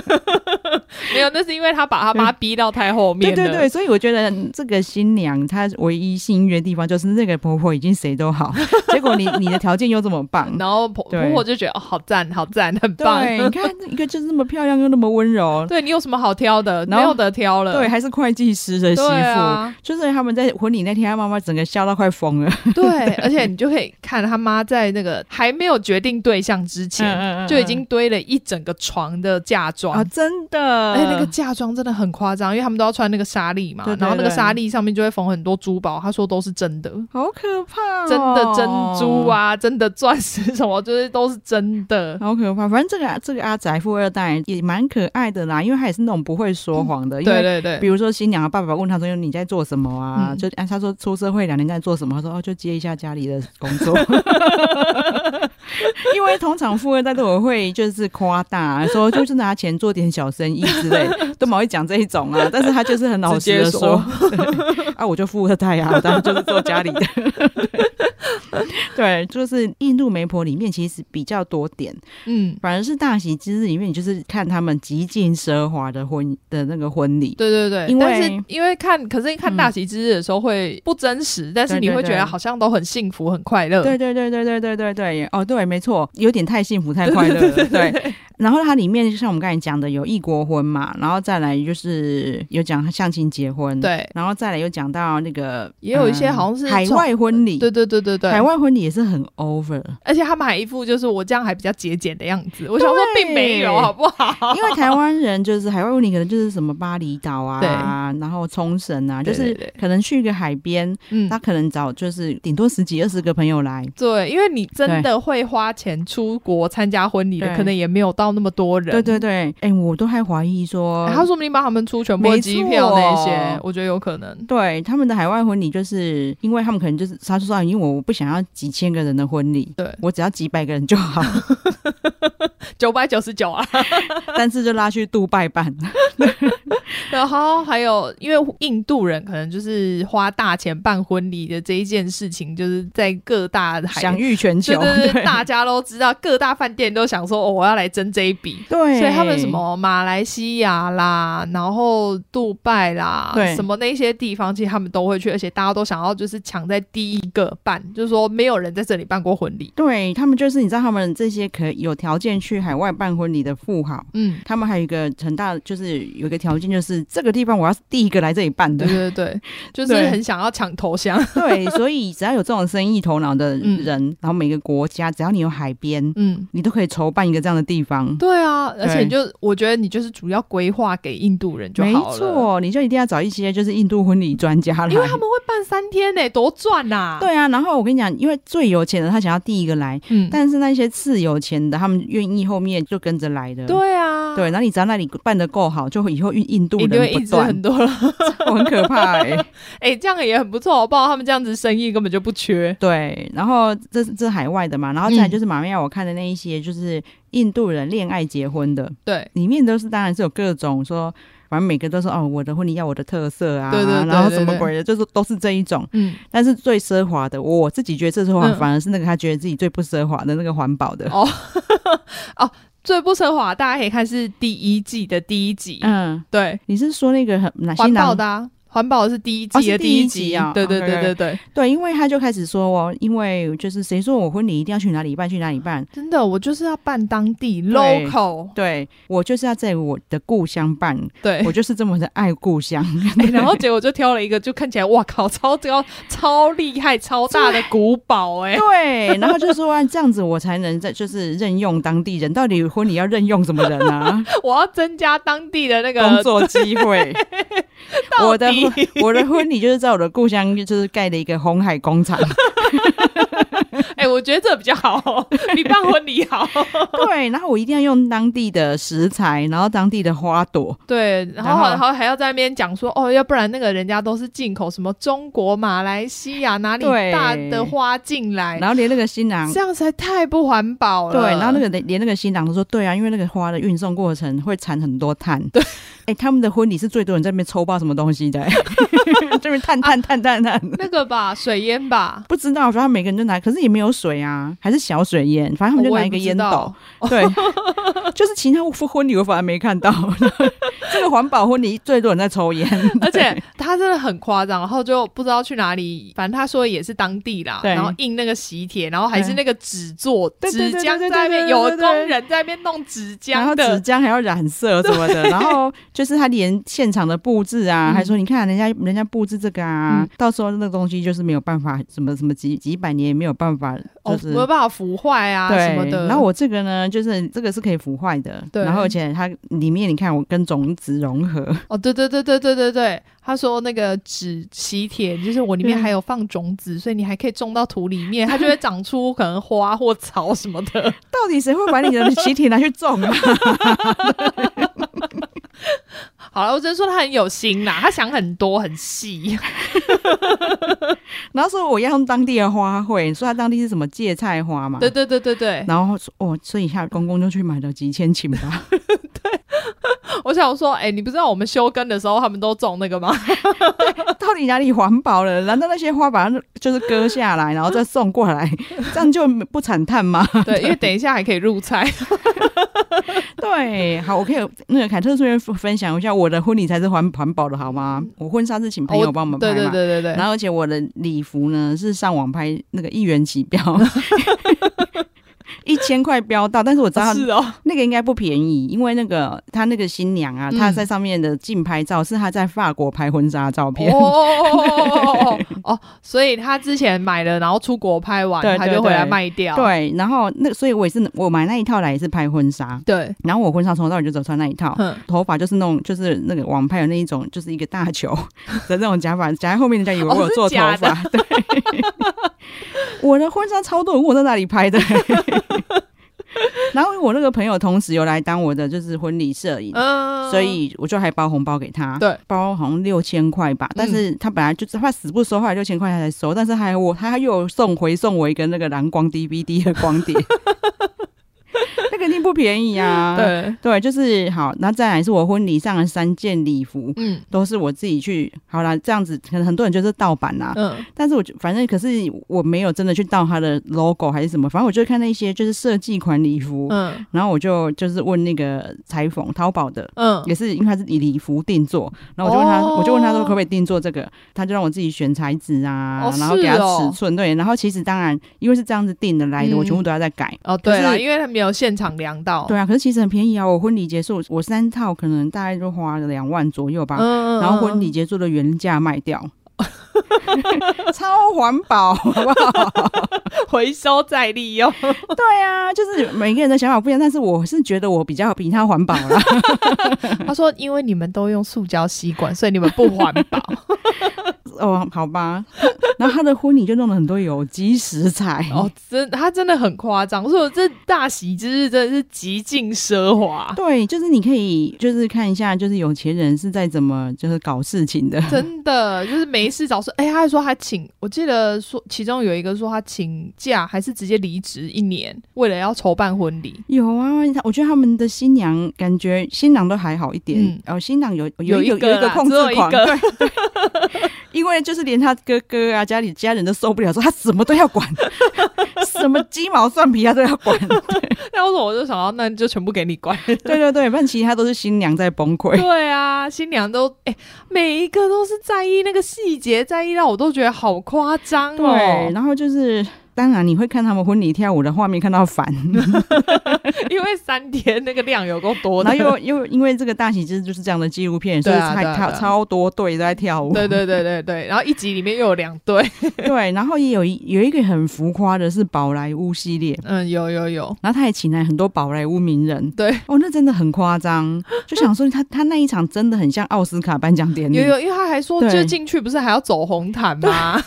Speaker 2: 没有，那是因为他把他妈逼到太后面
Speaker 1: 对
Speaker 2: 了。
Speaker 1: 对对，所以我觉得这个新娘她唯一幸运的地方就是那个婆婆已经谁都好，结果你你的条件又这么 棒。
Speaker 2: 然后婆
Speaker 1: 对
Speaker 2: 婆婆就觉得哦，好赞，好赞，很棒。
Speaker 1: 对，你看一个就是那么漂亮又那么温柔，
Speaker 2: 对你有什么好挑的？
Speaker 1: 然
Speaker 2: 没
Speaker 1: 后
Speaker 2: 有得挑了。
Speaker 1: 对，还是会计师的媳妇，
Speaker 2: 对啊
Speaker 1: 就是他们在婚礼那天，他妈妈整个笑到快疯了，
Speaker 2: 对， 而且你就可以看他妈在那个还没有决定对象之
Speaker 1: 嗯
Speaker 2: 前，就已经堆了一整个床的嫁妆。
Speaker 1: 啊，真的，
Speaker 2: 哎，那个嫁妆真的很夸张，因为他们都要穿那个纱丽嘛，
Speaker 1: 对对
Speaker 2: 然后那个
Speaker 1: 对
Speaker 2: 纱丽上面就会缝很多珠宝，他说都是真的，
Speaker 1: 好可怕、哦
Speaker 2: 真的珍珠，啊，真的钻石什么，就是都是真的。
Speaker 1: 好可怕。反正这个啊这个阿宅富二代也蛮可爱的啦，因为他也是那种不会说谎的，因
Speaker 2: 嗯对
Speaker 1: 为。
Speaker 2: 对对
Speaker 1: 比，如说，新娘的爸爸问他说：“你在做什么啊？”
Speaker 2: 嗯
Speaker 1: 就啊他说出社会两年在做什么？他说：“哦，就接一下家里的工作。” 因为通常富二代都会就是夸大啊说，就是拿钱做点小生意之类的，都蛮会讲这一种啊。但是他就是很老实的
Speaker 2: 直接
Speaker 1: 说：“对 啊，我就富二代啊，我当然就是做家里的。” 对，就是印度媒婆里面其实比较多点，
Speaker 2: 嗯，
Speaker 1: 反而是大喜之日里面，你就是看他们极尽奢华的婚的那个婚礼。
Speaker 2: 对对对。
Speaker 1: 因为
Speaker 2: 但是因为看，可是看
Speaker 1: 嗯
Speaker 2: 大喜之日的时候会不真实，但是
Speaker 1: 对
Speaker 2: 你
Speaker 1: 对
Speaker 2: 会觉
Speaker 1: 对
Speaker 2: 得好像都很幸福、很快乐。
Speaker 1: 对对对对对对对对，哦对，没错，有点太幸福太快乐 了。对然后它里面像我们刚才讲的有异国婚嘛，然后再来就是有讲相亲结婚，，
Speaker 2: 对
Speaker 1: 然后再来有讲到那个
Speaker 2: 也有一些好像是
Speaker 1: 嗯海外婚礼，
Speaker 2: 对对对对对，
Speaker 1: 海外婚礼也是很 over，
Speaker 2: 而且他们还一副就是我这样还比较节俭的样子，我想说并没有，好不 好？
Speaker 1: 因为台湾人就是海外婚礼可能就是什么巴厘岛啊，
Speaker 2: 对
Speaker 1: 然后冲绳啊，就
Speaker 2: 对
Speaker 1: 是
Speaker 2: 对对
Speaker 1: 可能去一个海边，
Speaker 2: 嗯
Speaker 1: 他，可能找就是顶多十几二十个朋友来，
Speaker 2: 对，因为你真的会花钱出国参加婚礼的，
Speaker 1: 对
Speaker 2: 可能也没有到那么多人。
Speaker 1: 对对对，哎、我都还怀疑说，
Speaker 2: 哎，他说不定帮他们出全部的机票
Speaker 1: 没错
Speaker 2: 那些，我觉得有可能。
Speaker 1: 对，他们的海外婚礼就是因为他们可能就是他就说，啊因为我不想要几千个人的婚礼，
Speaker 2: 对
Speaker 1: 我只要几百个人就好。
Speaker 2: 九百九十 九啊。
Speaker 1: 但是就拉去杜拜办，
Speaker 2: 然后还有，因为印度人可能就是花大钱办婚礼的这一件事情，就是在各大海
Speaker 1: 享誉全
Speaker 2: 对
Speaker 1: 球，
Speaker 2: 对对，
Speaker 1: 对
Speaker 2: 大家都知道，各大饭店都想说，哦，我要来争这一笔。
Speaker 1: 对，
Speaker 2: 所以他们什么马来西亚啦，然后杜拜啦，
Speaker 1: 对
Speaker 2: 什么那些地方，其实他们都会去，而且大家都想要就是抢在第一个办，就是说没有人在这里办过婚礼。
Speaker 1: 对他们就是你知道，他们这些可有条件去海外办婚礼的富豪，
Speaker 2: 嗯，
Speaker 1: 他们还有一个很大的，就是有一个条件，就是这个地方我要是第一个来这里办
Speaker 2: 对
Speaker 1: 的。
Speaker 2: 对对，就是
Speaker 1: 对
Speaker 2: 很想要抢头香。
Speaker 1: 对，所以只要有这种生意头脑的人，然后每个国家只要你有海边，
Speaker 2: 嗯，
Speaker 1: 你都可以筹办一个这样的地方。
Speaker 2: 对啊，而且
Speaker 1: 对
Speaker 2: 你就我觉得你就是主要规划给印度人就
Speaker 1: 没
Speaker 2: 好了，
Speaker 1: 错，你就一定要找一些就是印度婚礼专家来，
Speaker 2: 因为他们会办三天呢、多赚呐、，
Speaker 1: 对啊。然后我跟你讲，因为最有钱的他想要第一个来，
Speaker 2: 嗯，
Speaker 1: 但是那些次有钱的，他们愿意后面就跟着来的。
Speaker 2: 对啊，
Speaker 1: 对，然后你只要那里办的够好，就会以后印印度
Speaker 2: 一定会
Speaker 1: 人
Speaker 2: 一
Speaker 1: 不
Speaker 2: 直
Speaker 1: 断
Speaker 2: 很，多了。
Speaker 1: 很可怕 哎、
Speaker 2: 哎、这样也很不错，好不好？他们这样子生意根本就不缺。
Speaker 1: 对，然后这是这是海外的嘛，然后再来
Speaker 2: 嗯
Speaker 1: 就是马面亚我看的那一些，就是印度人恋爱结婚的，
Speaker 2: 对，
Speaker 1: 里面都是当然是有各种说，反正每个都说哦，我的婚礼要我的特色啊，
Speaker 2: 对对对
Speaker 1: 然后
Speaker 2: 对
Speaker 1: 什么
Speaker 2: 对
Speaker 1: 鬼的，就是都是这一种。
Speaker 2: 嗯，
Speaker 1: 但是最奢华的，我自己觉得最奢华，
Speaker 2: 嗯
Speaker 1: 反而是那个他觉得自己最不奢华的那个环保的。
Speaker 2: 哦哦，最不奢华，大家可以看是第一季的第一集，
Speaker 1: 嗯，
Speaker 2: 对，
Speaker 1: 你是说那个很哪些
Speaker 2: 环保
Speaker 1: 男
Speaker 2: 的、啊。环保是第一
Speaker 1: 哦是
Speaker 2: 季的
Speaker 1: 第一
Speaker 2: 一
Speaker 1: 集
Speaker 2: 集
Speaker 1: 啊
Speaker 2: 对对
Speaker 1: OK，
Speaker 2: 对对对，
Speaker 1: 对，因为他就开始说哦，因为就是谁说我婚礼一定要去哪里办去哪里办，
Speaker 2: 真的，我就是要办当地 local，
Speaker 1: 对我就是要在我的故乡办，
Speaker 2: 对
Speaker 1: 我，就是这么的爱故乡。
Speaker 2: 哎然后结果就挑了一个，就看起来哇靠，超高、超厉害、超大的古堡、哎，
Speaker 1: 对，然后就说、啊、这样子我才能在就是任用当地人，到底婚礼要任用什么人啊？
Speaker 2: 我要增加当地的那个
Speaker 1: 工作机 会。
Speaker 2: 到
Speaker 1: 我的
Speaker 2: 底
Speaker 1: 婚我的婚礼就是在我的故乡，就是盖了一个红海工 厂。
Speaker 2: 哎、我觉得这比较好， 比办婚礼 好。
Speaker 1: 对，然后我一定要用当地的食材，然后当地的花朵。
Speaker 2: 对，然
Speaker 1: 然
Speaker 2: 后
Speaker 1: 后
Speaker 2: 然后还要在那边讲说，哦，要不然那个人家都是进口什么中国、马来西亚哪里
Speaker 1: 对
Speaker 2: 大的花进来，
Speaker 1: 然后连那个新郎
Speaker 2: 这样实在太不环哎保了。
Speaker 1: 对，然后那个连连那个新郎都说，对啊，因为那个花的运送过程会产很多碳。对， 哎、他们的婚礼是最多人在那边抽爆什么东西 的、这边碳碳碳碳碳。
Speaker 2: 那个吧，水烟吧。
Speaker 1: 不知道，我觉得他每个人就拿，可是也没有水啊，还是小水烟，反正他们就
Speaker 2: 哦我
Speaker 1: 拿
Speaker 2: 也
Speaker 1: 一
Speaker 2: 不
Speaker 1: 个
Speaker 2: 知
Speaker 1: 烟斗
Speaker 2: 道，，
Speaker 1: 对，哦 就是其他婚礼我反而没看到， 这个环保婚礼最多人在抽烟，
Speaker 2: 而且他真的很夸张，然后就不知道去哪里，反正他说也是当地啦，
Speaker 1: 对
Speaker 2: 然后印那个喜帖，然后还是
Speaker 1: 对
Speaker 2: 那个纸做
Speaker 1: 对对
Speaker 2: 纸
Speaker 1: 对
Speaker 2: 浆
Speaker 1: 对对
Speaker 2: 在那
Speaker 1: 对
Speaker 2: 边，
Speaker 1: 对
Speaker 2: 有
Speaker 1: 对对
Speaker 2: 工人在那边弄纸
Speaker 1: 然
Speaker 2: 浆
Speaker 1: 后纸
Speaker 2: 的，
Speaker 1: 浆还要染色什 么的，然后就是他连现场的布置啊，
Speaker 2: 嗯
Speaker 1: 还说你看人家人家布置这个啊，
Speaker 2: 嗯
Speaker 1: 到时候那个东西就是没有办法，什么什么几几百年也没有办法，
Speaker 2: 哦
Speaker 1: 就，是、
Speaker 2: 没有办法腐坏啊
Speaker 1: 对，
Speaker 2: 什么的。
Speaker 1: 然后我这个呢，就是这个是可以腐坏的，
Speaker 2: 对
Speaker 1: 然后而且它里面你看我跟种子融合，
Speaker 2: 哦，对对对对对对对，他说那个纸喜帖，就是我里面
Speaker 1: 嗯
Speaker 2: 还有放种子，所以你还可以种到土里面，它就会长出可能花或草什么 的。
Speaker 1: 到底谁会把你的 集体拿去种啊？
Speaker 2: 好了，我只能说他很有心啦，他想很多很 细。
Speaker 1: 然后说我要用当地的花卉，说它当地是什么芥菜花嘛？
Speaker 2: 对。对对对对，
Speaker 1: 然后说哦，所以下公公就去买了几千顷吧。
Speaker 2: 我想说，哎、你不知道我们休耕的时候他们都种那个吗？
Speaker 1: 到底哪里环保了？难道那些花把它就是割下来，然后再送过来， 这样就不产碳吗？
Speaker 2: 对，因为等一下还可以入菜。
Speaker 1: 对，好，我可以那个凯特顺便分享一下，我的婚礼才是环环保的好吗？我婚纱是请朋友帮我们拍
Speaker 2: 嗯哦对
Speaker 1: 嘛。
Speaker 2: 对对对对
Speaker 1: 然，后，而且我的礼服呢是上网拍那个一元起 标， 一千块标到，但是我知道它
Speaker 2: 是哦，
Speaker 1: 那个应该不便宜，因为那个她那个新娘啊，
Speaker 2: 嗯
Speaker 1: 她在上面的竞拍照是她在法国拍婚纱照片。
Speaker 2: 哦哦哦哦哦，所以他之前买了，然后出国拍完，
Speaker 1: 对对
Speaker 2: 他就回来
Speaker 1: 对
Speaker 2: 卖掉。
Speaker 1: 对，然后那所以我也是我买那一套来也是拍婚纱，
Speaker 2: 对，
Speaker 1: 然后我婚纱从头到尾就只有穿那一套，
Speaker 2: 嗯，
Speaker 1: 头发就是那种就是那个网拍的那一种，就是一个大球 的那种假发，夹在后面人家以为
Speaker 2: 哦
Speaker 1: 我有
Speaker 2: 是
Speaker 1: 做头
Speaker 2: 假的
Speaker 1: 发。对， 我的婚纱超多人问我在哪里拍的。 然后我那个朋友同时有来当我的就是婚礼摄影，
Speaker 2: 嗯
Speaker 1: 所以我就还包红包给他，
Speaker 2: 对，嗯
Speaker 1: 包好像六千块吧，但是他本来就是他死不收，后来六千块他才收，但 是还我他又送回送我一个那个蓝光 DVD 的光碟，那个一定不便宜啊。
Speaker 2: 嗯
Speaker 1: 对，
Speaker 2: 对，
Speaker 1: 就是好，那再来是我婚礼上的三件礼服，
Speaker 2: 嗯
Speaker 1: 都是我自己去。好啦，这样子可能很多人觉得是盗版啦、
Speaker 2: 嗯
Speaker 1: 但是我就反正可是我没有真的去盗它的 logo 还是什么，反正我就看那些就是设计款礼服，
Speaker 2: 嗯
Speaker 1: 然后我就就是问那个裁缝淘宝的。
Speaker 2: 嗯
Speaker 1: 也是因为他是以礼服定做，然后我就问他，
Speaker 2: 哦
Speaker 1: 我就问他说可不可以定做这个，他就让我自己选材质啊，
Speaker 2: 哦
Speaker 1: 然后给他
Speaker 2: 是哦
Speaker 1: 尺寸，对，然后其实当然因为是这样子定的来的，我
Speaker 2: 嗯
Speaker 1: 全部都要再改，
Speaker 2: 哦，对
Speaker 1: 可
Speaker 2: 了，
Speaker 1: 是
Speaker 2: 因为他没有现场量到，
Speaker 1: 对啊，可是其实很便宜啊！我婚礼结束，我三套可能大概就花了两万左右吧，
Speaker 2: 嗯，嗯
Speaker 1: 啊
Speaker 2: 嗯
Speaker 1: 然后婚礼，结束的原价卖掉， 超环保，好不好？
Speaker 2: 嗯回收再 利用，
Speaker 1: 对啊，就是每个人的想法不一样，但是我是觉得我比较比他环保啦。
Speaker 2: 他说因为你们都用塑胶吸管，所以你们不环保，
Speaker 1: 哦，好吧。然后他的婚礼就弄了很多有机食材，
Speaker 2: 哦，真他真的很夸张，所以我这大喜之日真的是极尽奢华，
Speaker 1: 对，就是你可以就是看一下，就是有钱人是在怎么就是搞事情的。
Speaker 2: 真的就是没事找事。哎、他还说他请，我记得说其中有一个说他请假还是直接离职一年，为了要筹办婚礼。
Speaker 1: 有啊，他我觉得他们的新娘感觉新郎都还好一点，
Speaker 2: 嗯
Speaker 1: 然后、新郎有
Speaker 2: 有
Speaker 1: 有
Speaker 2: 一
Speaker 1: 有
Speaker 2: 个
Speaker 1: 有一个
Speaker 2: 啦
Speaker 1: 控
Speaker 2: 只
Speaker 1: 制
Speaker 2: 有一
Speaker 1: 狂，
Speaker 2: 个
Speaker 1: 对对， 因为就是连他哥哥啊家里家人都受不了，说他什么都要 管，什么鸡毛蒜皮他都要管，
Speaker 2: 那为什么我就想到，那就全部给你管？
Speaker 1: 对对对，不然其他都是新娘在崩溃。
Speaker 2: 对啊，新娘都哎、每一个都是在意那个细节，在意到我都觉得好夸张哦。
Speaker 1: 对，然后就是，当然你会看他们婚礼跳舞的画面，看到烦，
Speaker 2: 因为三天那个量有够多
Speaker 1: 然后
Speaker 2: 的。
Speaker 1: 又又因为这个大喜之日就是这样的纪录片，所以
Speaker 2: 对啊
Speaker 1: 才
Speaker 2: 对啊
Speaker 1: 跳
Speaker 2: 对啊
Speaker 1: 超多队都在跳舞。
Speaker 2: 对对对对对，然后一集里面又有两对，
Speaker 1: 对，然后也有一有一个很浮夸的是宝莱坞系列，
Speaker 2: 嗯，有有有，
Speaker 1: 然后他也请来很多宝莱坞名人，
Speaker 2: 对，
Speaker 1: 哦，那真的很夸 张，就想说他他那一场真的很像奥斯卡颁奖典 礼
Speaker 2: 有，有，因为他还说，
Speaker 1: 对
Speaker 2: 就进去不是还要走红毯 吗？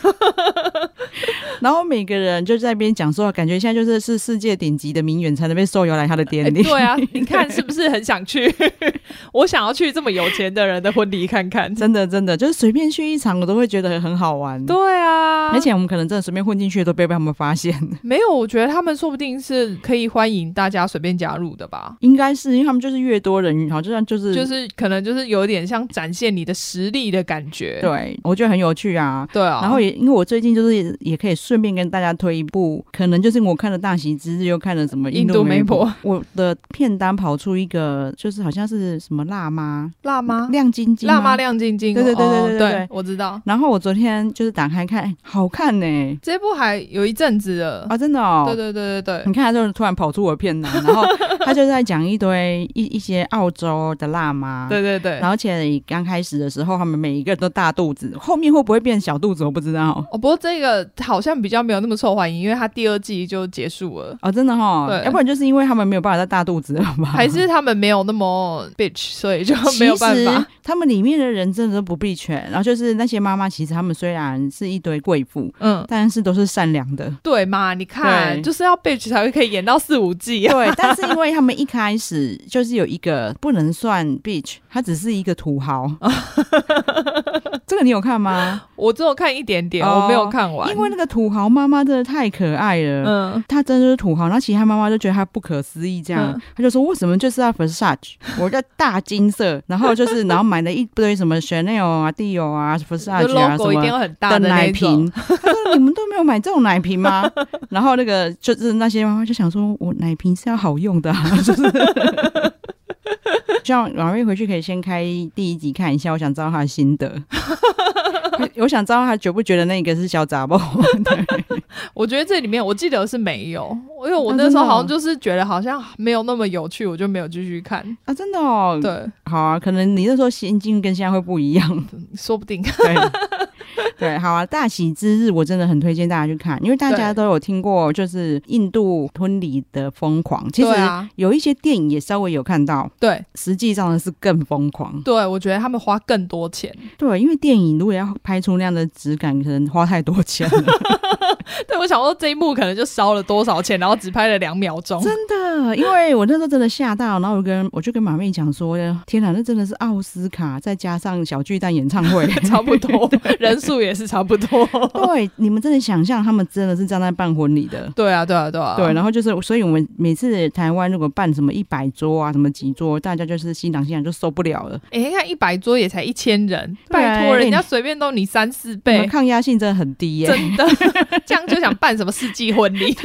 Speaker 1: 然后每个人就在那边讲说，感觉现在就是是世界顶级的名媛才能被受邀来他的典礼，
Speaker 2: 对啊，你看是不是很想去？ 我想要去这么有钱的人的婚礼看看。
Speaker 1: 真的真的就是随便去一场我都会觉得很好玩，
Speaker 2: 对啊，
Speaker 1: 而且我们可能真的随便混进去都被被他们发现，
Speaker 2: 没有，我觉得他们说不定是可以欢迎大家随便加入的吧。
Speaker 1: 应该是因为他们就是越多人好像就是
Speaker 2: 就是可能就是有点像展现你的实力的感觉。
Speaker 1: 对，我觉得很有趣啊，
Speaker 2: 对啊，
Speaker 1: 然后也因为我最近就是也也可以顺便跟大家推一部，可能就是我看了《大喜之日》，又看了什么《
Speaker 2: 印度媒
Speaker 1: 媒
Speaker 2: 婆》，
Speaker 1: 我的片单跑出一个，就是好像是什么辣妈、
Speaker 2: 辣妈，
Speaker 1: 亮晶晶、
Speaker 2: 辣妈。亮晶晶，
Speaker 1: 对对对
Speaker 2: 哦
Speaker 1: 对对
Speaker 2: 对
Speaker 1: 对对
Speaker 2: 我知道
Speaker 1: 然后我昨天就是打开看，哎好看呢、
Speaker 2: 这部还有一阵子了。
Speaker 1: 啊，真的哦。
Speaker 2: 对对对对对，
Speaker 1: 你看，他就是突然跑出我的片单， 然后他就在讲一堆一一些澳洲的辣妈，
Speaker 2: 对对对
Speaker 1: 然。后而且刚开始的时候，他们每一个人都大肚子，后面会不会变小肚子，我不知道。
Speaker 2: 哦，不过这个好像比较没有那么受欢迎，因为它第二季就结束了。
Speaker 1: 哦，真的哈、
Speaker 2: 对
Speaker 1: 要不然就是因为他们没有办法再大肚子了吧？
Speaker 2: 还是他们没有那么 bitch，所以就 没有办
Speaker 1: 其
Speaker 2: 法
Speaker 1: 实。他们里面的人真的都不必全，然后就是那些妈妈，其实他们虽然是一堆贵妇，
Speaker 2: 嗯，
Speaker 1: 但是都是善良的。
Speaker 2: 对嘛？你看，
Speaker 1: 对
Speaker 2: 就是要 bitch 才会可以演到四五季啊。
Speaker 1: 对，但是因为他们一开始就是有一个不能算 bitch，他只是一个土 豪。这个你有看吗？
Speaker 2: 我只有看一点点，
Speaker 1: 哦
Speaker 2: 我没有看完。
Speaker 1: 因为那个土豪妈妈真的太可爱了。
Speaker 2: 嗯，
Speaker 1: 她真的就是土豪，然后其他妈妈就觉得她不可思议，这样，
Speaker 2: 嗯
Speaker 1: 她就说为什么就是要 Versace，我要大金色，然后就是然后买了一堆什么 Chanel 啊、Dior 啊、
Speaker 2: 就
Speaker 1: Versace 啊什
Speaker 2: logo 一
Speaker 1: 么
Speaker 2: 定，要很大
Speaker 1: 的
Speaker 2: 的
Speaker 1: 奶
Speaker 2: 那种
Speaker 1: 瓶，。 他说：“你们都没有买这种奶瓶吗？” 然后那个就是那些妈妈就想说：“我奶瓶是要好用的、啊， 就是。”像婉瑞回去可以先开第一集看一下，我想知道他的心 得。我想知道他觉不觉得那个是小杂包？
Speaker 2: 我觉得这里面我记得是没有，因为我那时候好像就是觉得好像没有那么有趣，我就没有继续看。
Speaker 1: 啊，真的哦。
Speaker 2: 对，
Speaker 1: 好啊，可能你那时候心境跟现在会不一 样。
Speaker 2: 说不定
Speaker 1: 对。对，好啊！大喜之日，我真的很推荐大家去看，因为大家
Speaker 2: 对
Speaker 1: 都有听过，就是印度婚礼的疯狂。其实
Speaker 2: 对啊
Speaker 1: 有一些电影也稍微有看到，
Speaker 2: 对
Speaker 1: 实际上是更疯狂。
Speaker 2: 对，我觉得他们花更多钱。
Speaker 1: 对，因为电影如果要拍出那样的质感，可能花太多钱了。
Speaker 2: 对，我想说这一幕可能就烧了多少钱，然后只拍了两秒 钟。
Speaker 1: 真的，因为我那时候真的吓到，然后我跟我就跟马妹讲说：“ 天哪，那真的是奥斯卡再加上小巨蛋演唱会。”
Speaker 2: 差不多，人数也也是差不多。
Speaker 1: 对，你们真的想象他们真的是站在办婚礼的。
Speaker 2: 对啊，对啊，对啊，
Speaker 1: 对，然后就是，所以我们每次台湾如果办什么一百桌啊，什么几桌，大家就是新郎新娘就受不了了，
Speaker 2: 哎、看一百桌也才一千人，
Speaker 1: 对
Speaker 2: 拜托，人家随便都你三四
Speaker 1: 我们
Speaker 2: 倍，
Speaker 1: 抗压性真的很低耶、
Speaker 2: 真 的，这样就想办什么世纪婚礼？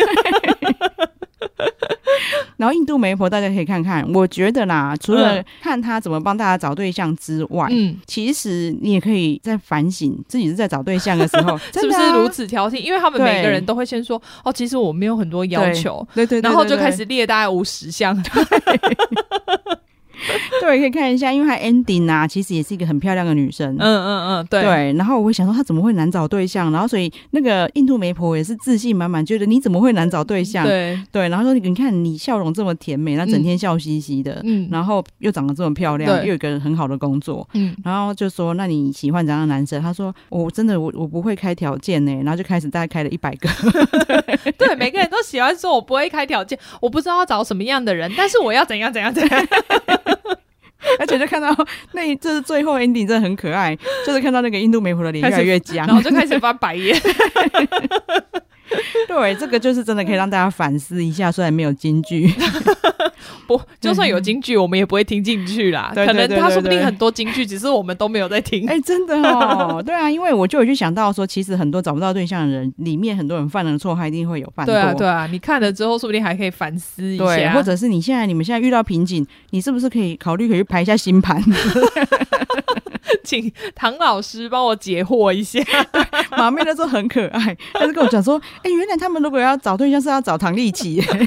Speaker 1: 然后印度媒婆大家可以看看，我觉得啦，除了看他怎么帮大家找对象之外，
Speaker 2: 嗯，
Speaker 1: 其实你也可以在反省自己是在找对象的时 候，
Speaker 2: 是
Speaker 1: 真
Speaker 2: 不
Speaker 1: 的
Speaker 2: 是
Speaker 1: 啊
Speaker 2: 如？此挑剔？因为他们每个
Speaker 1: 对
Speaker 2: 人都会先说，哦，其实我没有很多要求，
Speaker 1: 对对对
Speaker 2: 然后就
Speaker 1: 对对
Speaker 2: 开始列大概五 十项。
Speaker 1: 对，可以看一下，因为她 ending 啊，其实也是一个很漂亮的女生。
Speaker 2: 嗯嗯嗯，对。
Speaker 1: 对，然后我会想说她怎么会难找对象，然后所以那个印度媒婆也是自信满满，觉得你怎么会难找对象？
Speaker 2: 对，
Speaker 1: 对，然后说你看你笑容这么甜美，那整天笑嘻嘻的，
Speaker 2: 嗯
Speaker 1: 然后又长得这么漂亮，
Speaker 2: 对
Speaker 1: 又有一个很好的工作，
Speaker 2: 嗯，
Speaker 1: 然后就说那你喜欢怎样的男生？他说我真的我我不会开条件呢，然后就开始大概开了一百个，
Speaker 2: 对，每个人都喜欢说，我不会开条件，我不知道要找什么样的人，但是我要怎样怎样怎 样。
Speaker 1: 而且就看到那就是最后 ending 真的很可爱，就是看到那个印度媒婆的脸
Speaker 2: 开
Speaker 1: 越
Speaker 2: 始
Speaker 1: 来越僵，
Speaker 2: 然后就开始翻白眼。
Speaker 1: 对，这个就是真的可以让大家反思一下，虽然没有金句，
Speaker 2: 不，就算有京剧，我们也不会听进去啦。
Speaker 1: 对对
Speaker 2: 可
Speaker 1: 对
Speaker 2: 能他
Speaker 1: 对
Speaker 2: 说不定
Speaker 1: 对
Speaker 2: 很多京剧，只是我们都没有在听。
Speaker 1: 哎、真的哦，对啊，因为我就有去想到说，其实很多找不到对象的人，里面很多人犯了错，他一定会有犯错，
Speaker 2: 对啊，对啊，你看了之后，说不定还可以反思一
Speaker 1: 对
Speaker 2: 下，
Speaker 1: 或者是你现在你们现在遇到瓶颈，你是不是可以考虑可以去排一下星盘，
Speaker 2: 请 唐老师帮我解惑 一下。
Speaker 1: 马妹那时候很可爱，她就跟我讲说：“哎、原来他们如果要找对象是要找唐丽 琪。对”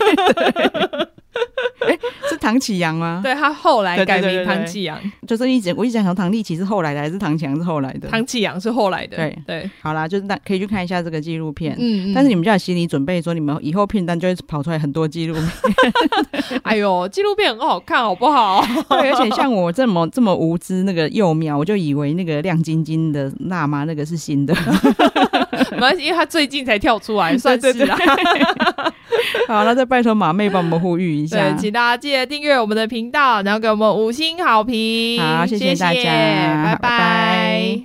Speaker 1: 哎，是唐启阳吗？
Speaker 2: 对他后来
Speaker 1: 对对
Speaker 2: 改
Speaker 1: 对
Speaker 2: 名
Speaker 1: 对
Speaker 2: 唐
Speaker 1: 对
Speaker 2: 继阳，
Speaker 1: 就是一直我一直想说唐丽琪是后来的还是唐强是后来的。
Speaker 2: 唐继阳是后来的。
Speaker 1: 对
Speaker 2: 对，
Speaker 1: 好啦，就是那可以去看一下这个纪录片。
Speaker 2: 嗯
Speaker 1: 但是你们就要心理准备，说你们以后片单就会跑出来很多记录。
Speaker 2: 你哎呦，纪录片很好看，好不 好？
Speaker 1: 对，而且像我这么这么无知，那个幼苗，我就以为那个亮晶晶的辣妈那个是新 的。
Speaker 2: 没关系，因为他最近才跳出来，算 是
Speaker 1: 对对
Speaker 2: 啦。
Speaker 1: 好，那再拜托马妹帮我们呼吁一下
Speaker 2: 对，。请大家记得订阅我们的频道，然后给我们五星好评。
Speaker 1: 好谢
Speaker 2: 谢
Speaker 1: 谢大家
Speaker 2: 拜
Speaker 1: 拜拜